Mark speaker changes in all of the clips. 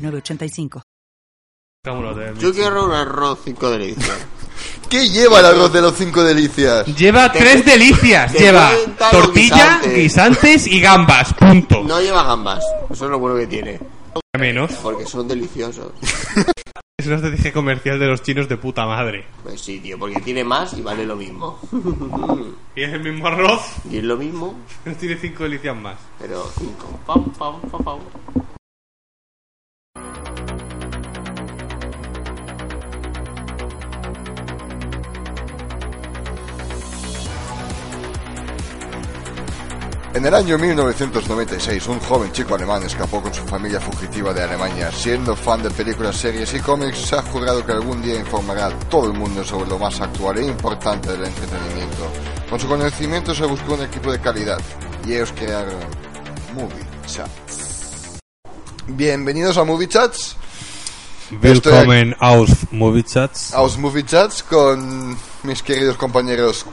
Speaker 1: 985.
Speaker 2: Yo quiero un arroz cinco delicias. ¿Qué lleva el arroz de los cinco delicias?
Speaker 3: Lleva tres delicias.
Speaker 2: te
Speaker 3: Lleva
Speaker 2: pueden dar un
Speaker 3: tortilla,
Speaker 2: guisante.
Speaker 3: guisantes y gambas. Punto.
Speaker 2: No lleva gambas. Eso es lo bueno que tiene.
Speaker 3: A menos.
Speaker 2: Porque son deliciosos.
Speaker 3: Es una estrategia comercial de los chinos de puta madre.
Speaker 2: Pues sí, tío, porque tiene más y vale lo mismo.
Speaker 3: Y es el mismo arroz,
Speaker 2: Y es lo mismo,
Speaker 3: pero tiene cinco delicias más.
Speaker 2: pero cinco. Pam, pam, pam, pam.
Speaker 4: En el año 1996, un joven chico alemán escapó con su familia fugitiva de Alemania. Siendo fan de películas, series y cómics, se ha jurado que algún día informará a todo el mundo sobre lo más actual e importante del entretenimiento. Con su conocimiento se buscó un equipo de calidad, y ellos crearon Movie Chats. Bienvenidos a Movie Chats, Estoy
Speaker 3: Willkommen aus Movie
Speaker 2: Ah.
Speaker 3: Chats.
Speaker 4: a los Movie Chats con mis queridos compañeros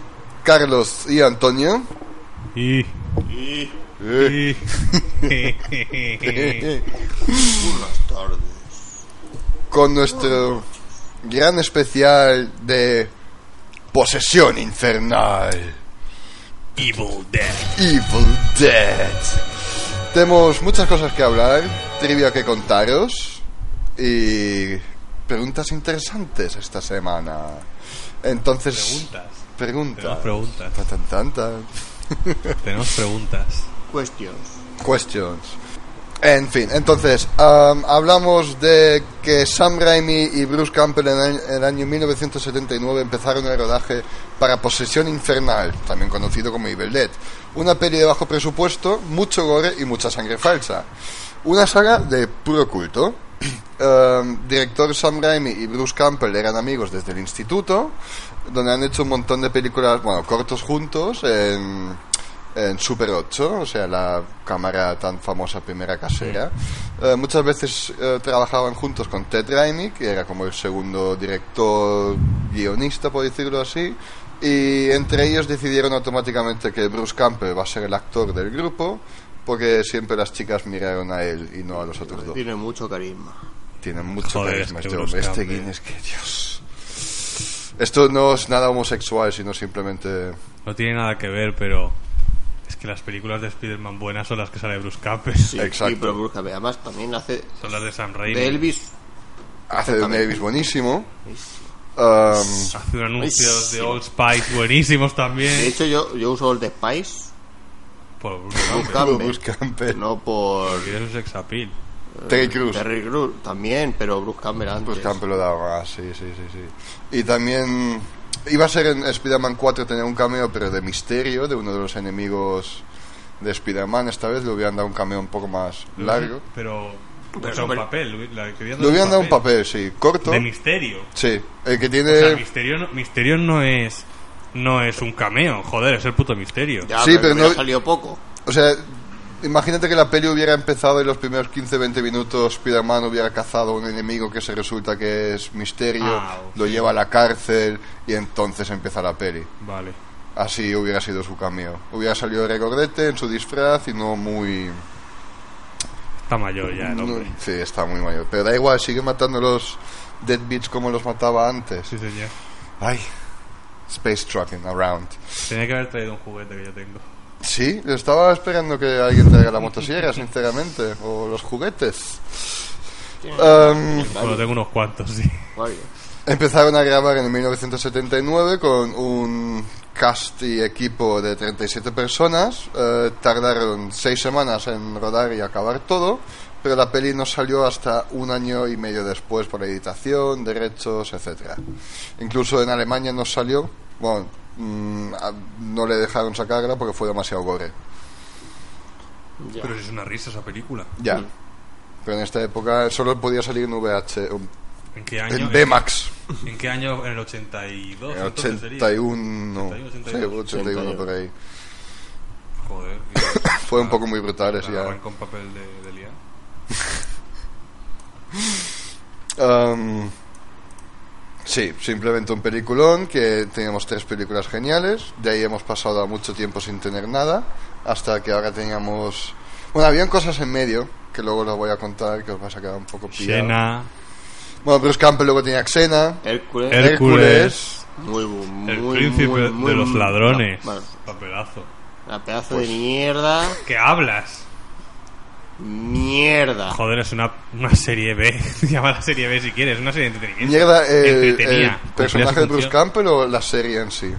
Speaker 4: Carlos y Antonio.
Speaker 3: Y.
Speaker 4: Eh,
Speaker 3: y-
Speaker 4: eh. con nuestro gran especial de Posesión Infernal.
Speaker 3: Evil Dead.
Speaker 4: Evil Dead. Tenemos muchas cosas que hablar, trivia que contaros y preguntas interesantes esta semana. Entonces,
Speaker 3: Preguntas. Tenemos
Speaker 4: preguntas.
Speaker 3: preguntas.
Speaker 4: Tan, tan, tan, tan.
Speaker 3: Tenemos preguntas.
Speaker 2: Cuestiones.
Speaker 4: Questions. En fin, entonces, am, hablamos de que Sam Raimi y Bruce Campbell en el, el año 1979 empezaron el rodaje para Posesión Infernal, también conocido como Evil Dead. Una peli de bajo presupuesto, mucho gore y mucha sangre falsa. Una saga de puro culto. Em, director Sam Raimi y Bruce Campbell eran amigos desde el instituto, donde han hecho un montón de películas, bueno, cortos juntos en en Super 8, o sea, la cámara tan famosa primera casera. Eh, muchas veces eh, trabajaban juntos con Ted Raimi, que era como el segundo director guionista, por decirlo así, y entre ellos decidieron automáticamente que Bruce Campbell va a ser el actor del grupo, porque siempre las chicas miraron a él y no a los otros dos.
Speaker 2: Tiene mucho carisma.
Speaker 4: Tienen mucho
Speaker 3: Joder,
Speaker 4: carisma
Speaker 3: es que
Speaker 4: este
Speaker 3: Bruce
Speaker 4: hombre. Este
Speaker 3: Campbell.
Speaker 4: Guinness, que Dios. Esto no es nada homosexual, sino simplemente...
Speaker 3: No tiene nada que ver, pero. Es que las películas de Spider-Man buenas son las que sale Bruce Campbell.
Speaker 2: Sí,
Speaker 4: Exacto.
Speaker 2: sí, pero búscame. Además, también hace
Speaker 3: Son las de Sam Raimi.
Speaker 2: de Elvis.
Speaker 4: Hace de un Elvis buenísimo. Um,
Speaker 3: Hace anuncios de Old Spice buenísimos
Speaker 2: De
Speaker 3: también.
Speaker 2: hecho, yo, yo uso el de Spice,
Speaker 3: Por Bruce
Speaker 2: Bruce
Speaker 3: Campbell.
Speaker 2: Campbell,
Speaker 4: Bruce Campbell.
Speaker 2: no por
Speaker 3: Y eso es sex appeal.
Speaker 4: Terry Crews.
Speaker 2: Terry Crews, también, pero Bruce Campbell antes.
Speaker 4: Bruce Campbell lo daba, sí, sí, sí, sí. Y también iba a ser en Spider-Man 4 tener un cameo, pero de misterio, de uno de los enemigos de Spider-Man. Esta vez le hubieran dado un cameo un poco más largo.
Speaker 3: Pero.
Speaker 2: Pero
Speaker 3: o sea, un
Speaker 2: sobre-
Speaker 3: papel. La, querían
Speaker 4: Le
Speaker 3: dar
Speaker 4: hubieran dado un Eh. papel, sí, corto.
Speaker 3: De misterio.
Speaker 4: Sí, el que tiene...
Speaker 3: O sea, misterio, no, misterio no es. No es un cameo, joder, es el puto misterio.
Speaker 2: Ya,
Speaker 4: Sí,
Speaker 2: pero,
Speaker 4: pero
Speaker 2: no...
Speaker 4: no-
Speaker 2: salió poco.
Speaker 4: O sea, imagínate que la peli hubiera empezado y los primeros 15-20 minutos Spider-Man hubiera cazado a un enemigo que se resulta que es misterio,
Speaker 3: Ah,
Speaker 4: lo lleva a la cárcel y entonces empieza la peli.
Speaker 3: Vale.
Speaker 4: Así hubiera sido su cambio. Hubiera salido de regordete en su disfraz y no muy...
Speaker 3: Está mayor ya el hombre.
Speaker 4: no- sí, está muy mayor. Pero da igual, sigue matando los Deadbeats como los mataba antes.
Speaker 3: Sí, señor.
Speaker 4: Ay, Space Trucking Around.
Speaker 3: Tenía que haber traído un juguete que yo tengo.
Speaker 4: Sí, yo estaba esperando que alguien traiga la motosierra, sinceramente, o los juguetes. Em,
Speaker 3: Bueno, tengo unos cuantos, sí.
Speaker 2: Vale.
Speaker 4: empezaron a grabar en 1979 con un cast y equipo de 37 personas. Eh, tardaron seis semanas en rodar y acabar todo, pero la peli no salió hasta un año y medio después por editación, derechos, etcétera. Incluso en Alemania no salió. Bueno, mm, a- no le dejaron sacarla porque fue demasiado gore.
Speaker 2: Ya.
Speaker 3: Pero si es una risa esa película.
Speaker 4: Ya. Pero en esta época solo podía salir en VH, um,
Speaker 3: ¿En qué año?
Speaker 4: en VMAX,
Speaker 3: ¿En qué año? En el 82.
Speaker 4: en
Speaker 3: entonces sería.
Speaker 4: 81,
Speaker 3: 81,
Speaker 4: sí, 81 por ahí.
Speaker 3: Joder.
Speaker 4: Fue un poco muy brutales
Speaker 3: La
Speaker 4: ya.
Speaker 3: graban con papel de, de lía.
Speaker 4: Um, sí, simplemente un peliculón que teníamos tres películas geniales. De ahí hemos pasado a mucho tiempo sin tener nada. Hasta que ahora teníamos. Bueno, habían cosas en medio que luego las voy a contar que os vas a quedar un poco pillados.
Speaker 3: Xena,
Speaker 4: Bueno, Bruce Campbell luego tenía Xena.
Speaker 5: Hércules.
Speaker 3: Her- Hércules.
Speaker 5: muy, bu- muy,
Speaker 3: el príncipe
Speaker 5: muy, muy-
Speaker 3: de los ladrones. Pues
Speaker 5: Bueno,
Speaker 3: Papelazo.
Speaker 5: una pedazo de mierda.
Speaker 3: ¿Qué hablas?
Speaker 5: Mierda.
Speaker 3: Joder, es una, una serie B. Llama la serie B si quieres, es una serie de entretenimiento.
Speaker 4: Mierda, eh,
Speaker 3: Entretenía.
Speaker 4: el personaje
Speaker 3: Cumplía
Speaker 4: de Bruce
Speaker 3: su función.
Speaker 4: Campbell o la serie en sí.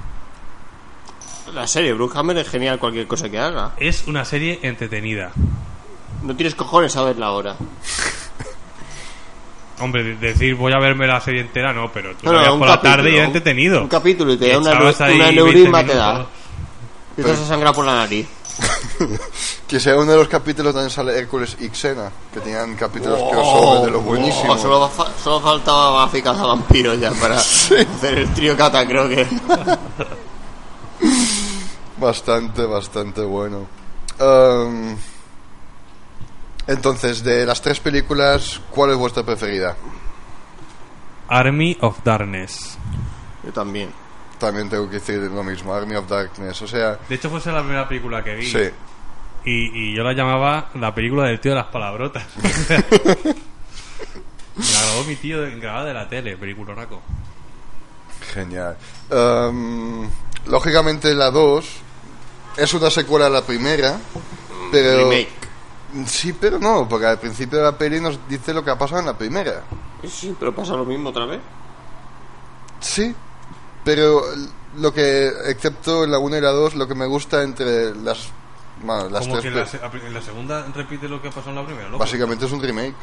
Speaker 5: La serie Bruce Hammer es genial cualquier cosa que haga.
Speaker 3: Es una serie entretenida.
Speaker 5: No tienes cojones a verla ahora.
Speaker 3: Hombre, de- decir voy a verme la serie entera, no, pero tú la
Speaker 5: No, no,
Speaker 3: veías
Speaker 5: un
Speaker 3: por la
Speaker 5: capítulo,
Speaker 3: tarde y era
Speaker 5: un-
Speaker 3: entretenido.
Speaker 5: Un capítulo y te da una,
Speaker 3: Echabas ahí
Speaker 5: una
Speaker 3: 20
Speaker 5: neurisma te da.
Speaker 3: minutos.
Speaker 5: Empiezas a sangrar por la nariz.
Speaker 4: Que sea uno de los capítulos donde sale Hércules y Xena, que tenían capítulos que
Speaker 5: Oh,
Speaker 4: crossover de los buenísimos.
Speaker 5: oh, solo, fa- solo faltaba Buffy cazavampiros ya para hacer el trío cata, creo que.
Speaker 4: Bastante, bastante bueno. Em, entonces, de las tres películas, ¿cuál es vuestra preferida?
Speaker 3: Army of Darkness.
Speaker 5: Yo también.
Speaker 4: También tengo que decir lo mismo, Army of Darkness. O sea,
Speaker 3: De hecho, fue esa la primera película que vi.
Speaker 4: sí.
Speaker 3: Y, y yo la llamaba la película del tío de las palabrotas. la grabó mi tío de- grabada de la tele, película raco.
Speaker 4: Genial. Em, lógicamente, la 2 es una secuela a la primera, pero...
Speaker 5: Remake.
Speaker 4: Sí, pero no, porque al principio de la peli nos dice lo que ha pasado en la primera.
Speaker 5: Sí, pero pasa lo mismo otra vez.
Speaker 4: Sí, pero lo que, excepto la 1 y la 2, lo que me gusta entre las, bueno, las
Speaker 3: Como
Speaker 4: tres
Speaker 3: que
Speaker 4: pe-
Speaker 3: la, se- en la segunda repite lo que pasó en la primera, ¿no?
Speaker 4: Básicamente es un remake.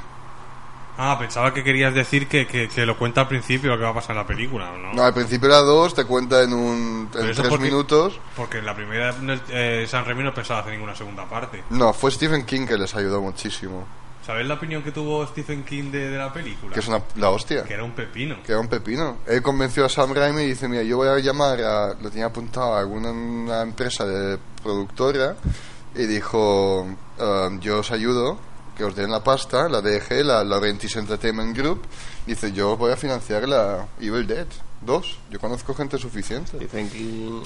Speaker 3: Ah, pensaba que querías decir que, que, que lo cuenta al principio lo que va a pasar en la película, ¿no?
Speaker 4: No, al principio la 2 te cuenta en, un, en
Speaker 3: Pero eso
Speaker 4: tres
Speaker 3: porque-
Speaker 4: minutos.
Speaker 3: Porque en la primera no, eh, San Remi no pensaba hacer ninguna segunda parte.
Speaker 4: No, fue Stephen King que les ayudó muchísimo.
Speaker 3: ¿Sabéis la opinión que tuvo Stephen King de, de la película?
Speaker 4: Que es una, la hostia.
Speaker 3: Que era un pepino.
Speaker 4: Que era un pepino. Él convenció a Sam Raimi y dice, mira, yo voy a llamar a... Lo tenía apuntado a alguna una empresa de productora y dijo, "Um, yo os ayudo, que os den la pasta, la DG, la, la 20 Entertainment Group. Dice, yo os voy a financiar la Evil Dead 2. Yo conozco gente suficiente.
Speaker 5: Stephen King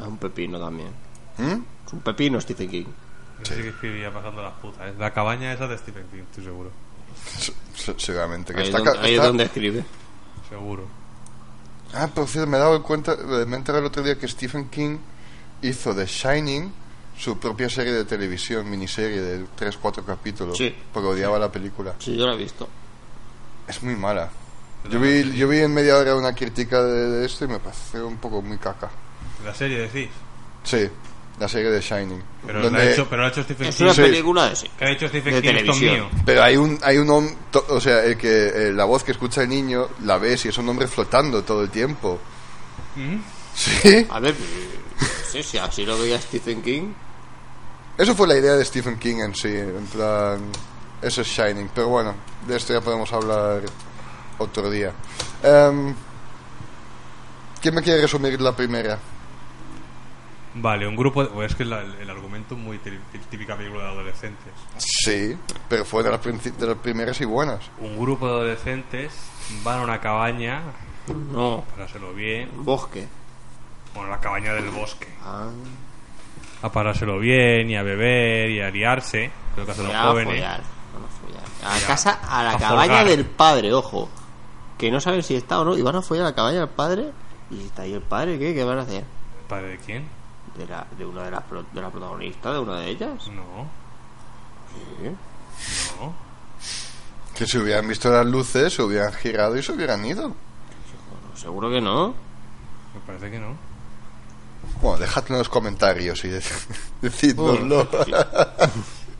Speaker 5: es un pepino también.
Speaker 4: ¿Mm?
Speaker 5: Es un pepino Stephen King.
Speaker 3: No sé qué escribía pasando las putas. ¿eh? La cabaña esa de Stephen King, estoy seguro.
Speaker 4: Se- se- Seguramente. Que
Speaker 5: Ahí, es
Speaker 4: está,
Speaker 5: donde,
Speaker 4: ca-
Speaker 5: ahí es
Speaker 4: está-
Speaker 5: donde escribe.
Speaker 3: Seguro.
Speaker 4: Ah, por cierto, me he dado cuenta, eh, me he enterado el otro día que Stephen King hizo The Shining su propia serie de televisión, miniserie de 3-4 capítulos,
Speaker 5: Sí.
Speaker 4: porque odiaba la película.
Speaker 5: Sí, yo lo he visto.
Speaker 4: Es muy mala.
Speaker 3: Pues
Speaker 4: Yo vi, yo vi en media hora una crítica de, de esto y me pareció un poco muy caca.
Speaker 3: La serie decís.
Speaker 4: Sí, la serie de Shining.
Speaker 3: Pero, la
Speaker 4: donde-
Speaker 3: ha hecho, pero la ha hecho Stephen
Speaker 5: Es
Speaker 3: King.
Speaker 5: una
Speaker 4: Sí.
Speaker 5: película de sí.
Speaker 3: ¿Qué ha hecho Stephen
Speaker 5: De
Speaker 3: King? Esto es
Speaker 5: televisión.
Speaker 3: mío.
Speaker 4: pero hay un hay un hom- to- o sea, el que eh, la voz que escucha el niño la ves y es un hombre flotando todo el tiempo.
Speaker 3: ¿Mm?
Speaker 4: Sí.
Speaker 5: A ver, sí, sí, así lo veía Stephen King.
Speaker 4: Eso fue la idea de Stephen King en sí, en plan. Eso es Shining. Pero bueno, de esto ya podemos hablar otro día. Em, ¿Quién me quiere resumir la primera?
Speaker 3: Vale, un grupo. de- Es que la- el argumento es muy tri- típica película de adolescentes.
Speaker 4: Sí, pero fue de las, princi- de las primeras y buenas.
Speaker 3: Un grupo de adolescentes van a una cabaña,
Speaker 5: No,
Speaker 3: parárselo bien.
Speaker 5: bosque.
Speaker 3: Bueno, la cabaña del bosque.
Speaker 5: Ah,
Speaker 3: A parárselo bien y a beber y a liarse. Creo que hacen los
Speaker 5: ya, a
Speaker 3: jóvenes.
Speaker 5: follar. Van a follar. A
Speaker 3: ¿eh? Ya.
Speaker 5: casa, a la
Speaker 3: A
Speaker 5: cabaña
Speaker 3: folgar.
Speaker 5: del padre, ojo. Que no saben si está o no. Y van a follar a la cabaña del padre. Y está ahí el padre, ¿qué? ¿Qué van a hacer?
Speaker 3: ¿Padre de quién?
Speaker 5: De, la, de una de las pro- de la protagonista, de una de ellas.
Speaker 3: No,
Speaker 5: Sí.
Speaker 3: no.
Speaker 4: Que si hubieran visto las luces, se hubieran girado y se hubieran ido.
Speaker 5: Seguro que no.
Speaker 3: Me parece que no.
Speaker 4: Bueno, dejadlo en los comentarios y de- decídnoslo.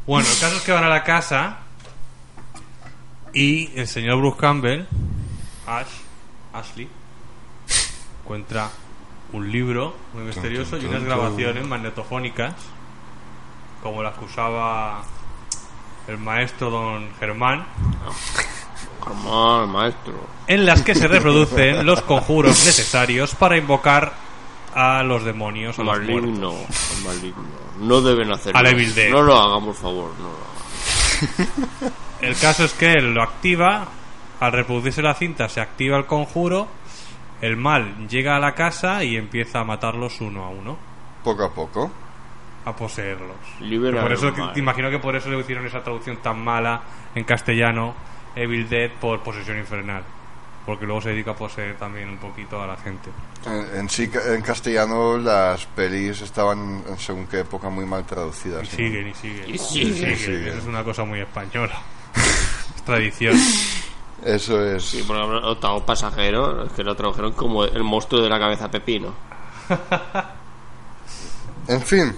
Speaker 3: Bueno, el caso es que van a la casa y el señor Bruce Campbell, Ash, Ashley, encuentra un libro muy misterioso y unas grabaciones magnetofónicas, como las que usaba el maestro Don Germán,
Speaker 2: Germán, maestro.
Speaker 3: en las que se reproducen los conjuros necesarios para invocar a los demonios, a los muertos.
Speaker 2: Maligno, maligno. No deben hacerlo.
Speaker 3: Al Evil Dead.
Speaker 2: No lo hagan, por favor. No lo hagan.
Speaker 3: El caso es que él lo activa, al reproducirse la cinta se activa el conjuro, el mal llega a la casa y empieza a matarlos uno a uno,
Speaker 4: Poco a poco.
Speaker 3: a poseerlos.
Speaker 2: Libera
Speaker 3: por
Speaker 2: al
Speaker 3: eso que-
Speaker 2: mal.
Speaker 3: te imagino que por eso le hicieron esa traducción tan mala en castellano, Evil Dead por posesión infernal, porque luego se dedica a poseer también un poquito a la gente.
Speaker 4: En, en sí, ca- en castellano las pelis estaban en según qué época muy mal traducidas.
Speaker 3: Y
Speaker 4: ¿no?
Speaker 3: siguen y siguen.
Speaker 2: Y siguen.
Speaker 3: siguen.
Speaker 4: Y siguen.
Speaker 3: Es una cosa muy española. es tradición.
Speaker 4: Eso es.
Speaker 2: Sí, por ejemplo, octavo pasajero, es que lo tradujeron como el monstruo de la cabeza pepino.
Speaker 4: En fin,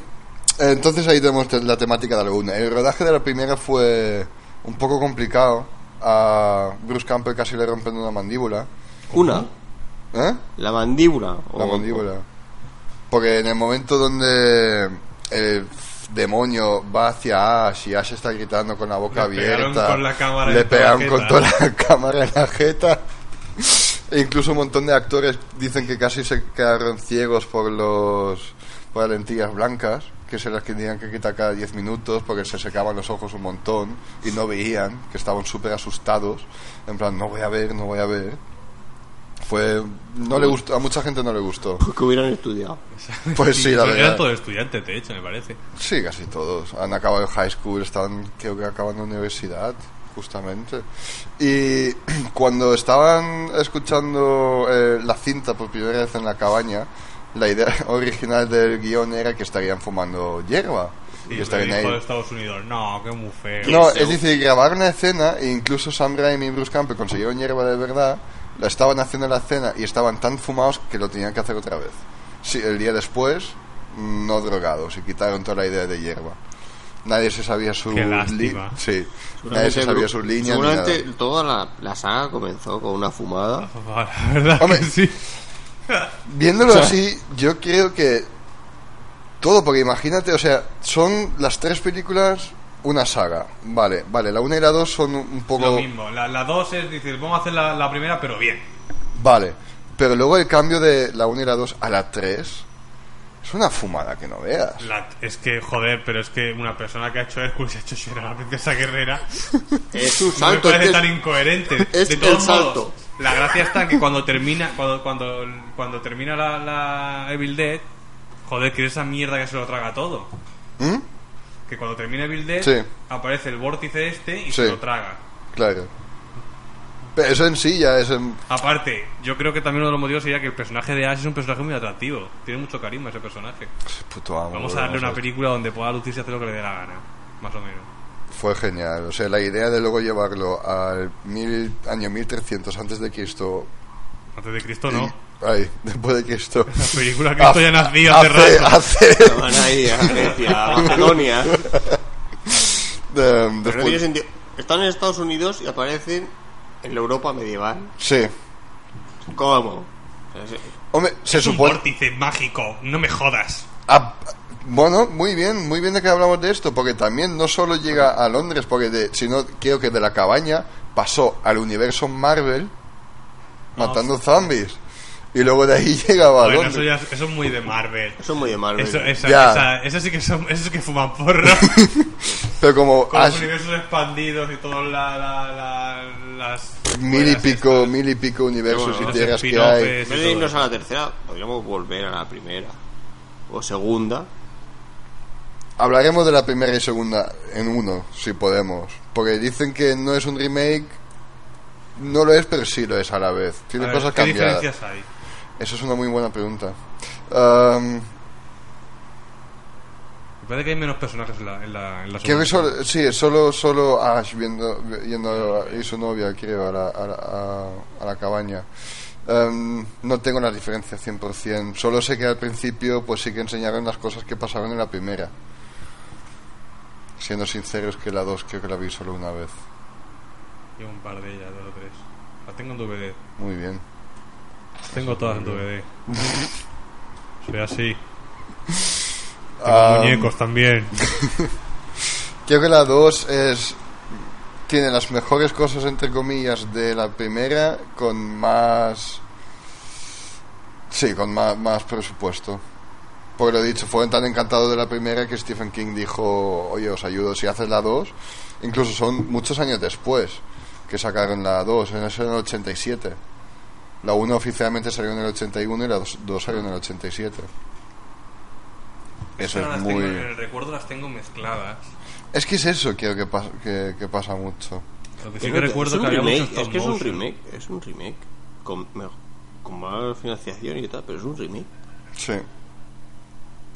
Speaker 4: entonces ahí tenemos te- la temática de alguna. El rodaje de la primera fue un poco complicado. A Bruce Campbell casi le rompen una mandíbula.
Speaker 2: Una,
Speaker 4: ¿Eh?
Speaker 2: la mandíbula.
Speaker 4: La
Speaker 5: Oh.
Speaker 2: o-
Speaker 4: mandíbula. Porque en el momento donde el demonio va hacia Ash y Ash está gritando con la boca
Speaker 3: Le pegaron
Speaker 4: abierta,
Speaker 3: con la cámara
Speaker 4: le
Speaker 3: en toda
Speaker 4: pegaron
Speaker 3: la
Speaker 4: con
Speaker 3: jeta.
Speaker 4: toda la cámara en la jeta. E incluso un montón de actores dicen que casi se quedaron ciegos por los por las lentillas blancas, que se las tenían que quitar cada 10 minutos porque se secaban los ojos un montón y no veían, que estaban súper asustados, en plan, no voy a ver, no voy a ver. Fue no le gustó, a mucha gente no le gustó.
Speaker 2: Que hubieran estudiado.
Speaker 4: Pues sí, la
Speaker 3: Eran
Speaker 4: verdad.
Speaker 3: todos estudiantes, de hecho, me parece.
Speaker 4: Sí, casi todos. Han acabado el high school, están creo que acabando universidad, justamente. Y cuando estaban escuchando eh, la cinta por primera vez en la cabaña, la idea original del guión era que estarían fumando hierba.
Speaker 3: Y
Speaker 4: que
Speaker 3: le
Speaker 4: estarían
Speaker 3: dijo de
Speaker 4: ahí.
Speaker 3: Estados Unidos, no, que muy feo.
Speaker 4: No,
Speaker 2: Sí,
Speaker 4: es decir, grabar una escena, e incluso Sam Raimi y Bruce Campbell consiguieron hierba de verdad, la estaban haciendo la escena y estaban tan fumados que lo tenían que hacer otra vez. Sí, el día después, no drogados, y quitaron toda la idea de hierba. Nadie se sabía su
Speaker 3: Qué
Speaker 4: li-
Speaker 3: lástima.
Speaker 4: Sí, nadie se sabía su línea. ni nada.
Speaker 2: Seguramente toda la, la saga comenzó con una fumada.
Speaker 3: La verdad
Speaker 4: Hombre.
Speaker 3: que sí.
Speaker 4: Viéndolo así, yo creo que todo, porque imagínate, o sea, son las tres películas una saga. Vale, vale, la una y la dos son un poco...
Speaker 3: Lo mismo. La, la dos es, dices, vamos a hacer la, la primera, pero bien.
Speaker 4: Vale, pero luego el cambio de la 1 y la 2 a la 3 es una fumada que no veas.
Speaker 3: La- es que, joder, pero es que una persona que ha hecho Hércules ha hecho Shira, la princesa guerrera.
Speaker 2: Es un
Speaker 3: No me
Speaker 2: salto. es
Speaker 3: parece
Speaker 2: que-
Speaker 3: tan incoherente.
Speaker 2: es
Speaker 3: de todos
Speaker 2: el salto.
Speaker 3: modos, la gracia está en que cuando termina, cuando, cuando, cuando termina la, la Evil Dead, joder, que es esa mierda que se lo traga todo.
Speaker 4: ¿Mm?
Speaker 3: Que cuando termina Evil Dead,
Speaker 4: Sí.
Speaker 3: aparece el vórtice este y se
Speaker 4: Sí.
Speaker 3: lo traga.
Speaker 4: Claro. Pero eso en sí ya es... en-
Speaker 3: Aparte, yo creo que también uno de los motivos sería que el personaje de Ash es un personaje muy atractivo. Tiene mucho carisma ese personaje.
Speaker 4: Puto amo.
Speaker 3: Vamos
Speaker 4: bro,
Speaker 3: a darle una
Speaker 4: ver.
Speaker 3: película donde pueda lucirse y hacer lo que le dé la gana. Más o menos.
Speaker 4: Fue genial. O sea, la idea de luego llevarlo al mil, año 1300 antes de Cristo...
Speaker 3: Antes de Cristo no.
Speaker 4: Ay, después de Cristo...
Speaker 3: La película Cristo ya nació hace
Speaker 4: hace,
Speaker 3: rato.
Speaker 4: hace-
Speaker 2: Van ahí a Grecia, a Macedonia.
Speaker 4: em,
Speaker 2: Pero no tiene
Speaker 4: después-
Speaker 2: sentido. Están en Estados Unidos y aparecen en la Europa medieval.
Speaker 4: Sí.
Speaker 2: ¿Cómo?
Speaker 4: Hombre, se
Speaker 3: Es un
Speaker 4: supone...
Speaker 3: vórtice mágico. No me jodas.
Speaker 4: Ah, bueno, muy bien, muy bien de que hablamos de esto, porque también no solo llega a Londres, porque de, sino creo que de la cabaña pasó al universo Marvel matando zombies. Y luego de ahí llegaba a
Speaker 3: Bueno,
Speaker 4: Londres.
Speaker 3: eso, ya, eso es muy de Marvel.
Speaker 2: Eso es muy de Marvel.
Speaker 3: Eso, esa-
Speaker 4: Ya.
Speaker 3: esa- eso sí que son, eso sí que fuman porro.
Speaker 4: Pero como
Speaker 3: Con
Speaker 4: Ash-
Speaker 3: los universos expandidos y todas la, la- la- las.
Speaker 4: mil y
Speaker 3: las-
Speaker 4: pico, mil y pico universos
Speaker 2: Bueno,
Speaker 4: y
Speaker 3: los
Speaker 4: tierras que
Speaker 3: spin-offs.
Speaker 4: hay.
Speaker 2: En vez de irnos a la tercera, podríamos volver a la primera. O segunda.
Speaker 4: Hablaremos de la primera y segunda en uno, si podemos. Porque dicen que no es un remake, no lo es, pero sí lo es a la vez.
Speaker 3: A
Speaker 4: Tiene
Speaker 3: ver,
Speaker 4: cosas
Speaker 3: ¿Qué
Speaker 4: cambiadas.
Speaker 3: diferencias hay?
Speaker 4: Eso es una muy buena pregunta. Am,
Speaker 3: Me Pues parece que hay menos personajes en la, en la, en la
Speaker 4: Creo
Speaker 3: segunda.
Speaker 4: que solo, sí, solo, solo Ash viendo, yendo a- y su novia, creo, a la, a la- a- a la cabaña. Em, no tengo la diferencia 100%. Solo sé que al principio pues sí que enseñaron las cosas que pasaron en la primera. Siendo sinceros que la 2 creo que la vi solo una vez.
Speaker 3: Llevo un par de ellas, dos o tres. Las tengo en DVD.
Speaker 4: Muy bien.
Speaker 3: Las tengo todas en DVD. Soy así. Tengo
Speaker 4: Am,
Speaker 3: muñecos también.
Speaker 4: Creo que la 2 es. Tiene las mejores cosas, entre comillas, de la primera, con más. Sí, con más, más presupuesto. Porque lo he dicho, fueron tan encantados de la primera que Stephen King dijo: Oye, os ayudo si haces la 2. Incluso son muchos años después que sacaron la 2, en eso en el 87. La 1 oficialmente salió en el 81 y la 2 salió en el 87. Eso
Speaker 3: no
Speaker 4: es
Speaker 3: las
Speaker 4: muy.
Speaker 3: tengo- en el recuerdo las tengo mezcladas.
Speaker 4: Es que es eso creo que, pas- que, que pasa mucho.
Speaker 3: Lo que sí
Speaker 5: Es
Speaker 3: que
Speaker 5: un-
Speaker 3: recuerdo que
Speaker 5: es un
Speaker 3: había muchos
Speaker 5: remake,
Speaker 3: stop
Speaker 5: es que es un
Speaker 3: motion.
Speaker 5: remake, es un remake con, me- con más financiación y tal, pero es un remake.
Speaker 4: Sí.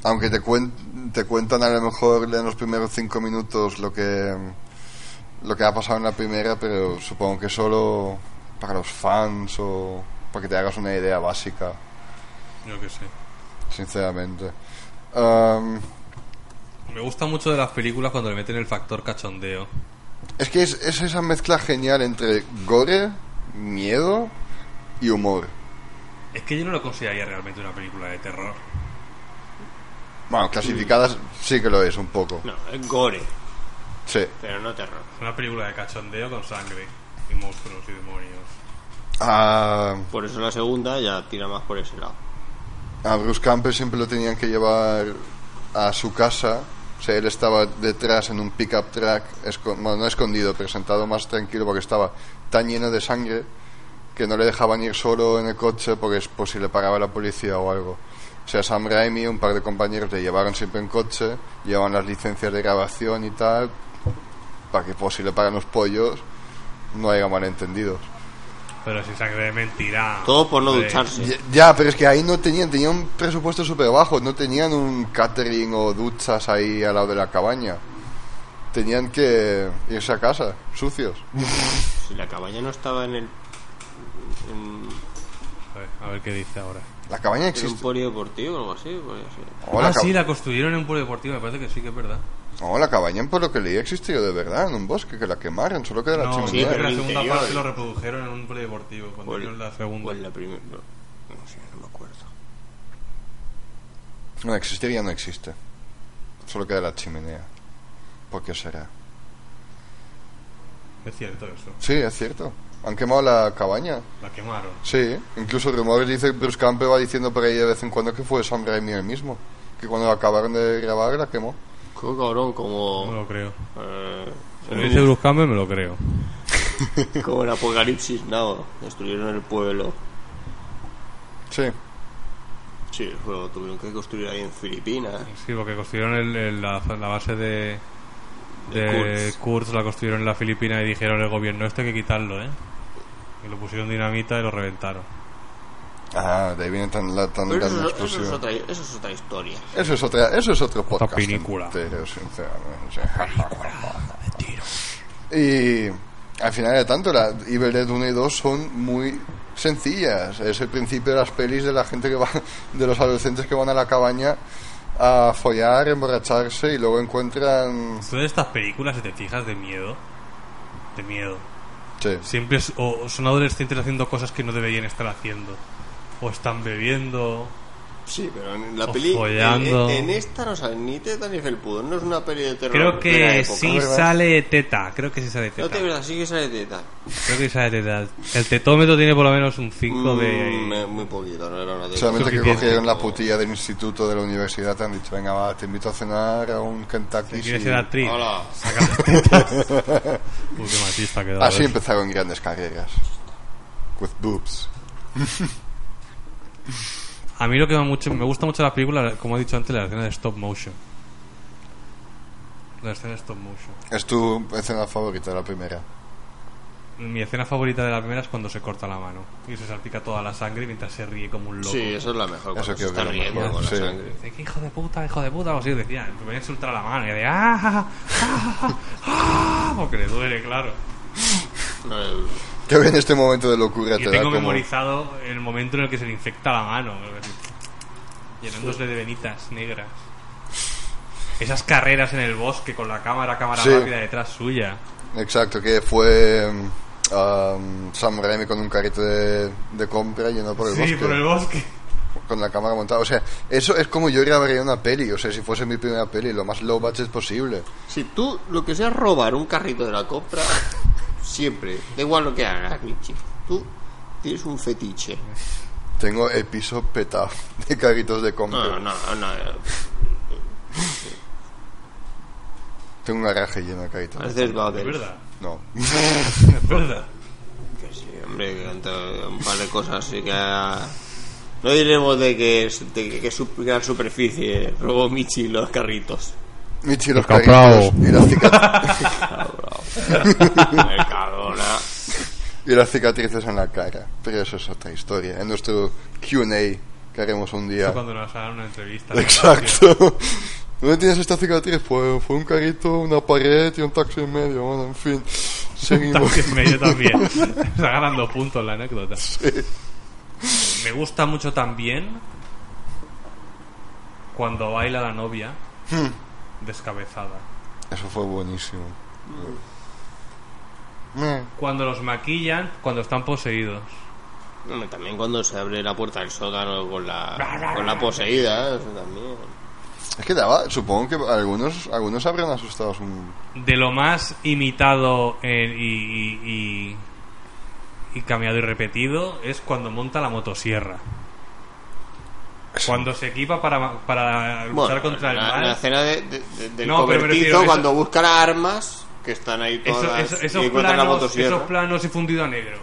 Speaker 4: Aunque te, cuen- te cuentan a lo mejor en los primeros cinco minutos lo que lo que ha pasado en la primera, pero supongo que solo para los fans o para que te hagas una idea básica,
Speaker 3: Yo qué sé.
Speaker 4: sinceramente. Am,
Speaker 3: Me gusta mucho de las películas cuando le meten el factor cachondeo.
Speaker 4: es que es, es esa mezcla genial entre gore, miedo y humor.
Speaker 3: Es que yo no lo consideraría realmente una película de terror.
Speaker 4: Bueno, clasificadas sí que lo es un poco.
Speaker 5: No, es gore,
Speaker 4: Sí.
Speaker 5: pero no terror.
Speaker 3: Es una película de cachondeo con sangre y monstruos y demonios.
Speaker 4: Ah,
Speaker 5: Por eso la segunda ya tira más por ese lado.
Speaker 4: a Bruce Campbell siempre lo tenían que llevar a su casa. O sea, él estaba detrás en un pickup truck, esco- bueno, no escondido, pero sentado más tranquilo porque estaba tan lleno de sangre que no le dejaban ir solo en el coche porque es por si le paraba la policía o algo. O sea, Sam Raimi y un par de compañeros le llevaron siempre en coche, llevaban las licencias de grabación y tal, para que por si le paran los pollos no haya malentendidos.
Speaker 3: Pero si sangre de mentira.
Speaker 5: Todo por no
Speaker 3: hombre.
Speaker 5: ducharse.
Speaker 4: Ya- Ya, pero es que ahí no tenían, tenían un presupuesto súper bajo, no tenían un catering o duchas ahí al lado de la cabaña. Tenían que irse a casa, sucios.
Speaker 5: Si la cabaña no estaba en el. en-
Speaker 3: A ver, a ver qué dice ahora.
Speaker 4: La cabaña
Speaker 5: en un
Speaker 4: existe.
Speaker 5: polideportivo o algo así, pues podría ser.
Speaker 4: Oh, la
Speaker 3: ah,
Speaker 4: cab-
Speaker 3: sí, la construyeron en un pueblo deportivo, me parece que sí que es verdad.
Speaker 4: No, la cabaña, por lo que leí, existió de verdad, en un bosque, que la quemaron, solo queda la
Speaker 3: No,
Speaker 5: sí,
Speaker 3: creo
Speaker 4: chimenea.
Speaker 3: que la
Speaker 5: pero
Speaker 3: segunda
Speaker 5: interior.
Speaker 3: parte lo reprodujeron en un polideportivo cuando
Speaker 5: O el-
Speaker 3: hicieron la segunda.
Speaker 5: o en la primera. No, no sé, no me acuerdo.
Speaker 4: No, existir ya no existe. Solo queda la chimenea. ¿Por qué será?
Speaker 3: Es cierto eso.
Speaker 4: Sí, es cierto. Han quemado la cabaña.
Speaker 3: La quemaron.
Speaker 4: Sí, incluso rumores dicen que Bruce Campbell va diciendo por ahí de vez en cuando que fue Sam Raimi el mismo. Que cuando la acabaron de grabar la quemó.
Speaker 5: Qué cabrón,
Speaker 3: No
Speaker 5: como.
Speaker 3: lo creo.
Speaker 5: eh,
Speaker 3: Si lo dice Bruce Campbell, me lo creo.
Speaker 5: como el apocalipsis, no. Destruyeron el pueblo.
Speaker 4: Sí.
Speaker 5: Sí, el juego tuvieron que construir ahí en Filipinas.
Speaker 3: Sí, porque construyeron el- el- la, la base de.
Speaker 5: De
Speaker 3: De
Speaker 5: Kurtz.
Speaker 3: Kurtz la construyeron en la Filipina y dijeron al gobierno: Esto hay que quitarlo, ¿eh? Y lo pusieron dinamita y lo reventaron.
Speaker 4: Ah, de ahí viene tan, la, tan
Speaker 5: Pero
Speaker 4: grande
Speaker 5: eso, es- eso, es
Speaker 4: explosión.
Speaker 5: otra, eso es otra historia.
Speaker 4: Eso es otra, eso es otro podcast.
Speaker 3: pinícula.
Speaker 4: entero, sinceramente. Y al final de tanto, la Evil Dead 1 y 2 son muy sencillas. Es el principio de las pelis de la gente que va, de los adolescentes que van a la cabaña a follar, emborracharse y luego encuentran.
Speaker 3: Todas estas películas, si te fijas, de miedo. De miedo.
Speaker 4: Sí.
Speaker 3: Siempre es- o son adolescentes haciendo cosas que no deberían estar haciendo. O están bebiendo.
Speaker 5: Sí, pero en la
Speaker 3: O
Speaker 5: peli. En,
Speaker 3: follando.
Speaker 5: en esta no sale ni Teta ni Felpudo. No es una peli de terror.
Speaker 3: Creo
Speaker 5: de la
Speaker 3: que
Speaker 5: época.
Speaker 3: sí
Speaker 4: ¿verdad?
Speaker 3: sale teta. Creo que sí sale
Speaker 5: No
Speaker 3: teta.
Speaker 5: te creas, sí que sale Teta.
Speaker 3: Creo que sale teta. El tetómetro tiene por lo menos un 5
Speaker 5: Mm,
Speaker 3: de.
Speaker 5: eh, muy poquito, no era una Teta.
Speaker 4: Solamente que
Speaker 3: Suficiente.
Speaker 4: cogieron la putilla del instituto de la universidad, te han dicho, venga, va, te invito a cenar a un Kentucky.
Speaker 3: ¿Quieres
Speaker 4: sí".
Speaker 3: ser actriz?
Speaker 5: Hola.
Speaker 3: Saca las tetas. Uy, qué machista ¿eh? ha
Speaker 5: Ah,
Speaker 3: quedado
Speaker 4: Así
Speaker 3: eso.
Speaker 4: empezaron grandes carreras. With boobs.
Speaker 3: A mí lo que me, mucho, me gusta mucho de las películas, como he dicho antes, la escena de stop motion. La escena de stop motion.
Speaker 4: Es tu escena favorita, la primera.
Speaker 3: Mi escena favorita de la primera es cuando se corta la mano y se salpica toda la sangre mientras se ríe como un loco.
Speaker 5: Sí, eso es la mejor. cuando
Speaker 4: Eso
Speaker 5: se
Speaker 4: creo
Speaker 5: está
Speaker 4: que es lo
Speaker 5: riendo
Speaker 4: mejor,
Speaker 5: con
Speaker 4: sí.
Speaker 5: la sangre.
Speaker 3: Dice, "¿Qué hijo de puta, hijo de puta, o así decía, me venía a insultar a la mano y de ¡ah! ah, ah, ah", porque le duele, claro.
Speaker 5: No, el-
Speaker 4: Creo que en este momento de locura
Speaker 3: Y
Speaker 4: te da
Speaker 3: tengo
Speaker 4: como...
Speaker 3: memorizado el momento en el que se le infecta la mano, así, llenándose de venitas negras. Esas carreras en el bosque con la cámara, cámara
Speaker 4: Sí.
Speaker 3: rápida detrás suya.
Speaker 4: Exacto, que fue mm, um, Sam Raimi con un carrito de, de compra lleno por el
Speaker 3: sí,
Speaker 4: bosque.
Speaker 3: por el bosque.
Speaker 4: con la cámara montada. O sea, eso es como yo grabaría una peli, o sea, si fuese mi primera peli, lo más low budget posible.
Speaker 5: Si tú lo que sea robar un carrito de la compra, siempre, da igual lo que hagas, Michi, tú tienes un fetiche.
Speaker 4: Tengo el piso petado de carritos de compra.
Speaker 5: No, no, no, no.
Speaker 4: Tengo un garaje lleno de carritos.
Speaker 5: Pareces
Speaker 3: Es
Speaker 5: Babel.
Speaker 3: verdad,
Speaker 4: No.
Speaker 3: es verdad.
Speaker 5: Que sí, hombre, que canta un par de cosas así que... ah, No diremos de que, es- de que, que su- gran superficie robó Michi los carritos.
Speaker 4: Michi los
Speaker 6: Caprao.
Speaker 4: carritos y las, cica-
Speaker 5: Mercadona.
Speaker 4: y las cicatrices en la cara. Pero eso es otra historia. En nuestro QA que haremos un día.
Speaker 3: Cuando nos hagan una entrevista.
Speaker 4: Exacto. ¿Dónde tienes esta cicatriz? Pues fue un carrito, una pared y un taxi en medio. Bueno, en fin. Seguimos.
Speaker 3: También, medio también. Está ganando puntos la anécdota. Me gusta mucho también cuando baila la novia
Speaker 5: Hmm.
Speaker 3: descabezada.
Speaker 4: Eso fue buenísimo. Eh,
Speaker 3: Cuando los maquillan, cuando están poseídos.
Speaker 5: Hombre, También cuando se abre la puerta del sótano con la, con la poseída, ¿eh? eso también.
Speaker 4: Es que daba, supongo que algunos, algunos habrían asustado un...
Speaker 3: De lo más imitado eh, y, y, y- y cambiado y repetido es cuando monta la motosierra. Cuando se equipa para, para luchar contra el
Speaker 5: la,
Speaker 3: mal.
Speaker 5: la escena de, de- de- del
Speaker 3: No, pero me
Speaker 5: cobertizo,
Speaker 3: refiero, eso-
Speaker 5: cuando buscan armas, que están ahí
Speaker 3: Eso-
Speaker 5: todas
Speaker 3: eso-
Speaker 5: y
Speaker 3: esos,
Speaker 5: encuentran la
Speaker 3: planos,
Speaker 5: motosierra.
Speaker 3: esos planos y fundido a negro.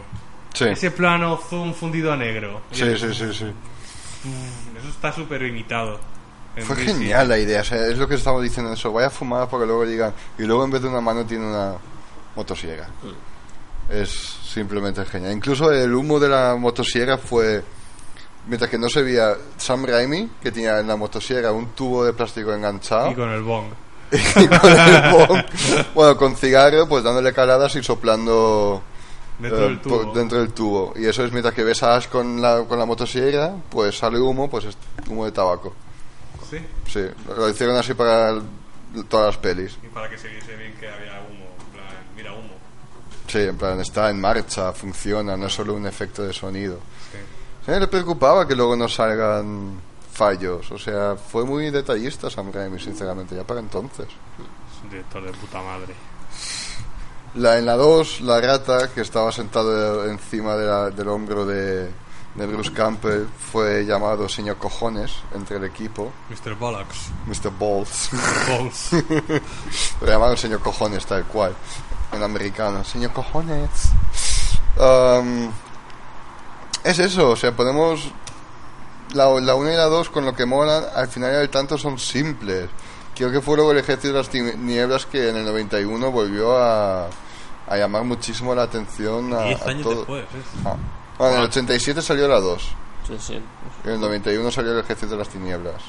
Speaker 4: Sí.
Speaker 3: Ese plano zoom fundido a negro.
Speaker 4: Sí, sí, sí, sí.
Speaker 3: Eso está súper imitado. En
Speaker 4: Fue
Speaker 3: DC.
Speaker 4: genial la idea, o sea, es lo que estamos diciendo eso, vaya fumada porque luego digan, y luego en vez de una mano tiene una motosierra.
Speaker 3: Mm.
Speaker 4: Es simplemente genial. Incluso el humo de la motosierra fue, mientras que no se veía Sam Raimi, que tenía en la motosierra un tubo de plástico enganchado,
Speaker 3: Y con el bong.
Speaker 4: y con el bong, bueno, con cigarro, pues dándole caladas y soplando
Speaker 3: Dentro
Speaker 4: eh,
Speaker 3: del
Speaker 4: por-
Speaker 3: tubo.
Speaker 4: dentro del tubo. Y eso es mientras que ves a Ash con la, con la motosierra, pues sale humo, pues es humo de tabaco.
Speaker 3: Sí.
Speaker 4: Sí, lo hicieron así para l- todas las pelis.
Speaker 3: Y para que se viese bien que había humo. en plan, mira humo.
Speaker 4: Sí, en plan, está en marcha, funciona, no es solo un efecto de sonido.
Speaker 3: Sí.
Speaker 4: Sí, le preocupaba que luego no salgan fallos. O sea, fue muy detallista Sam Raimi, sinceramente, ya para entonces.
Speaker 3: Es un director de puta madre.
Speaker 4: La, en la 2, la rata que estaba sentada encima de la- del hombro de, de Bruce Campbell fue llamado señor cojones entre el equipo,
Speaker 3: Mr. Bollocks.
Speaker 4: Mr. Balls.
Speaker 3: Balls.
Speaker 4: Lo llamaron señor cojones, tal cual. En americano, señor cojones. Am, es eso, o sea, podemos. La, la 1 y la 2 con lo que molan, al final y al tanto son simples. Creo que fue luego el ejército de las tinieblas que en el 91 volvió a, a llamar muchísimo la atención a,
Speaker 3: Diez
Speaker 4: a
Speaker 3: años
Speaker 4: todo.
Speaker 3: después. ¿eh?
Speaker 4: Ah. Bueno, en el 87 salió la 2.
Speaker 5: Sí, sí.
Speaker 4: En el 91 salió el ejército de las tinieblas.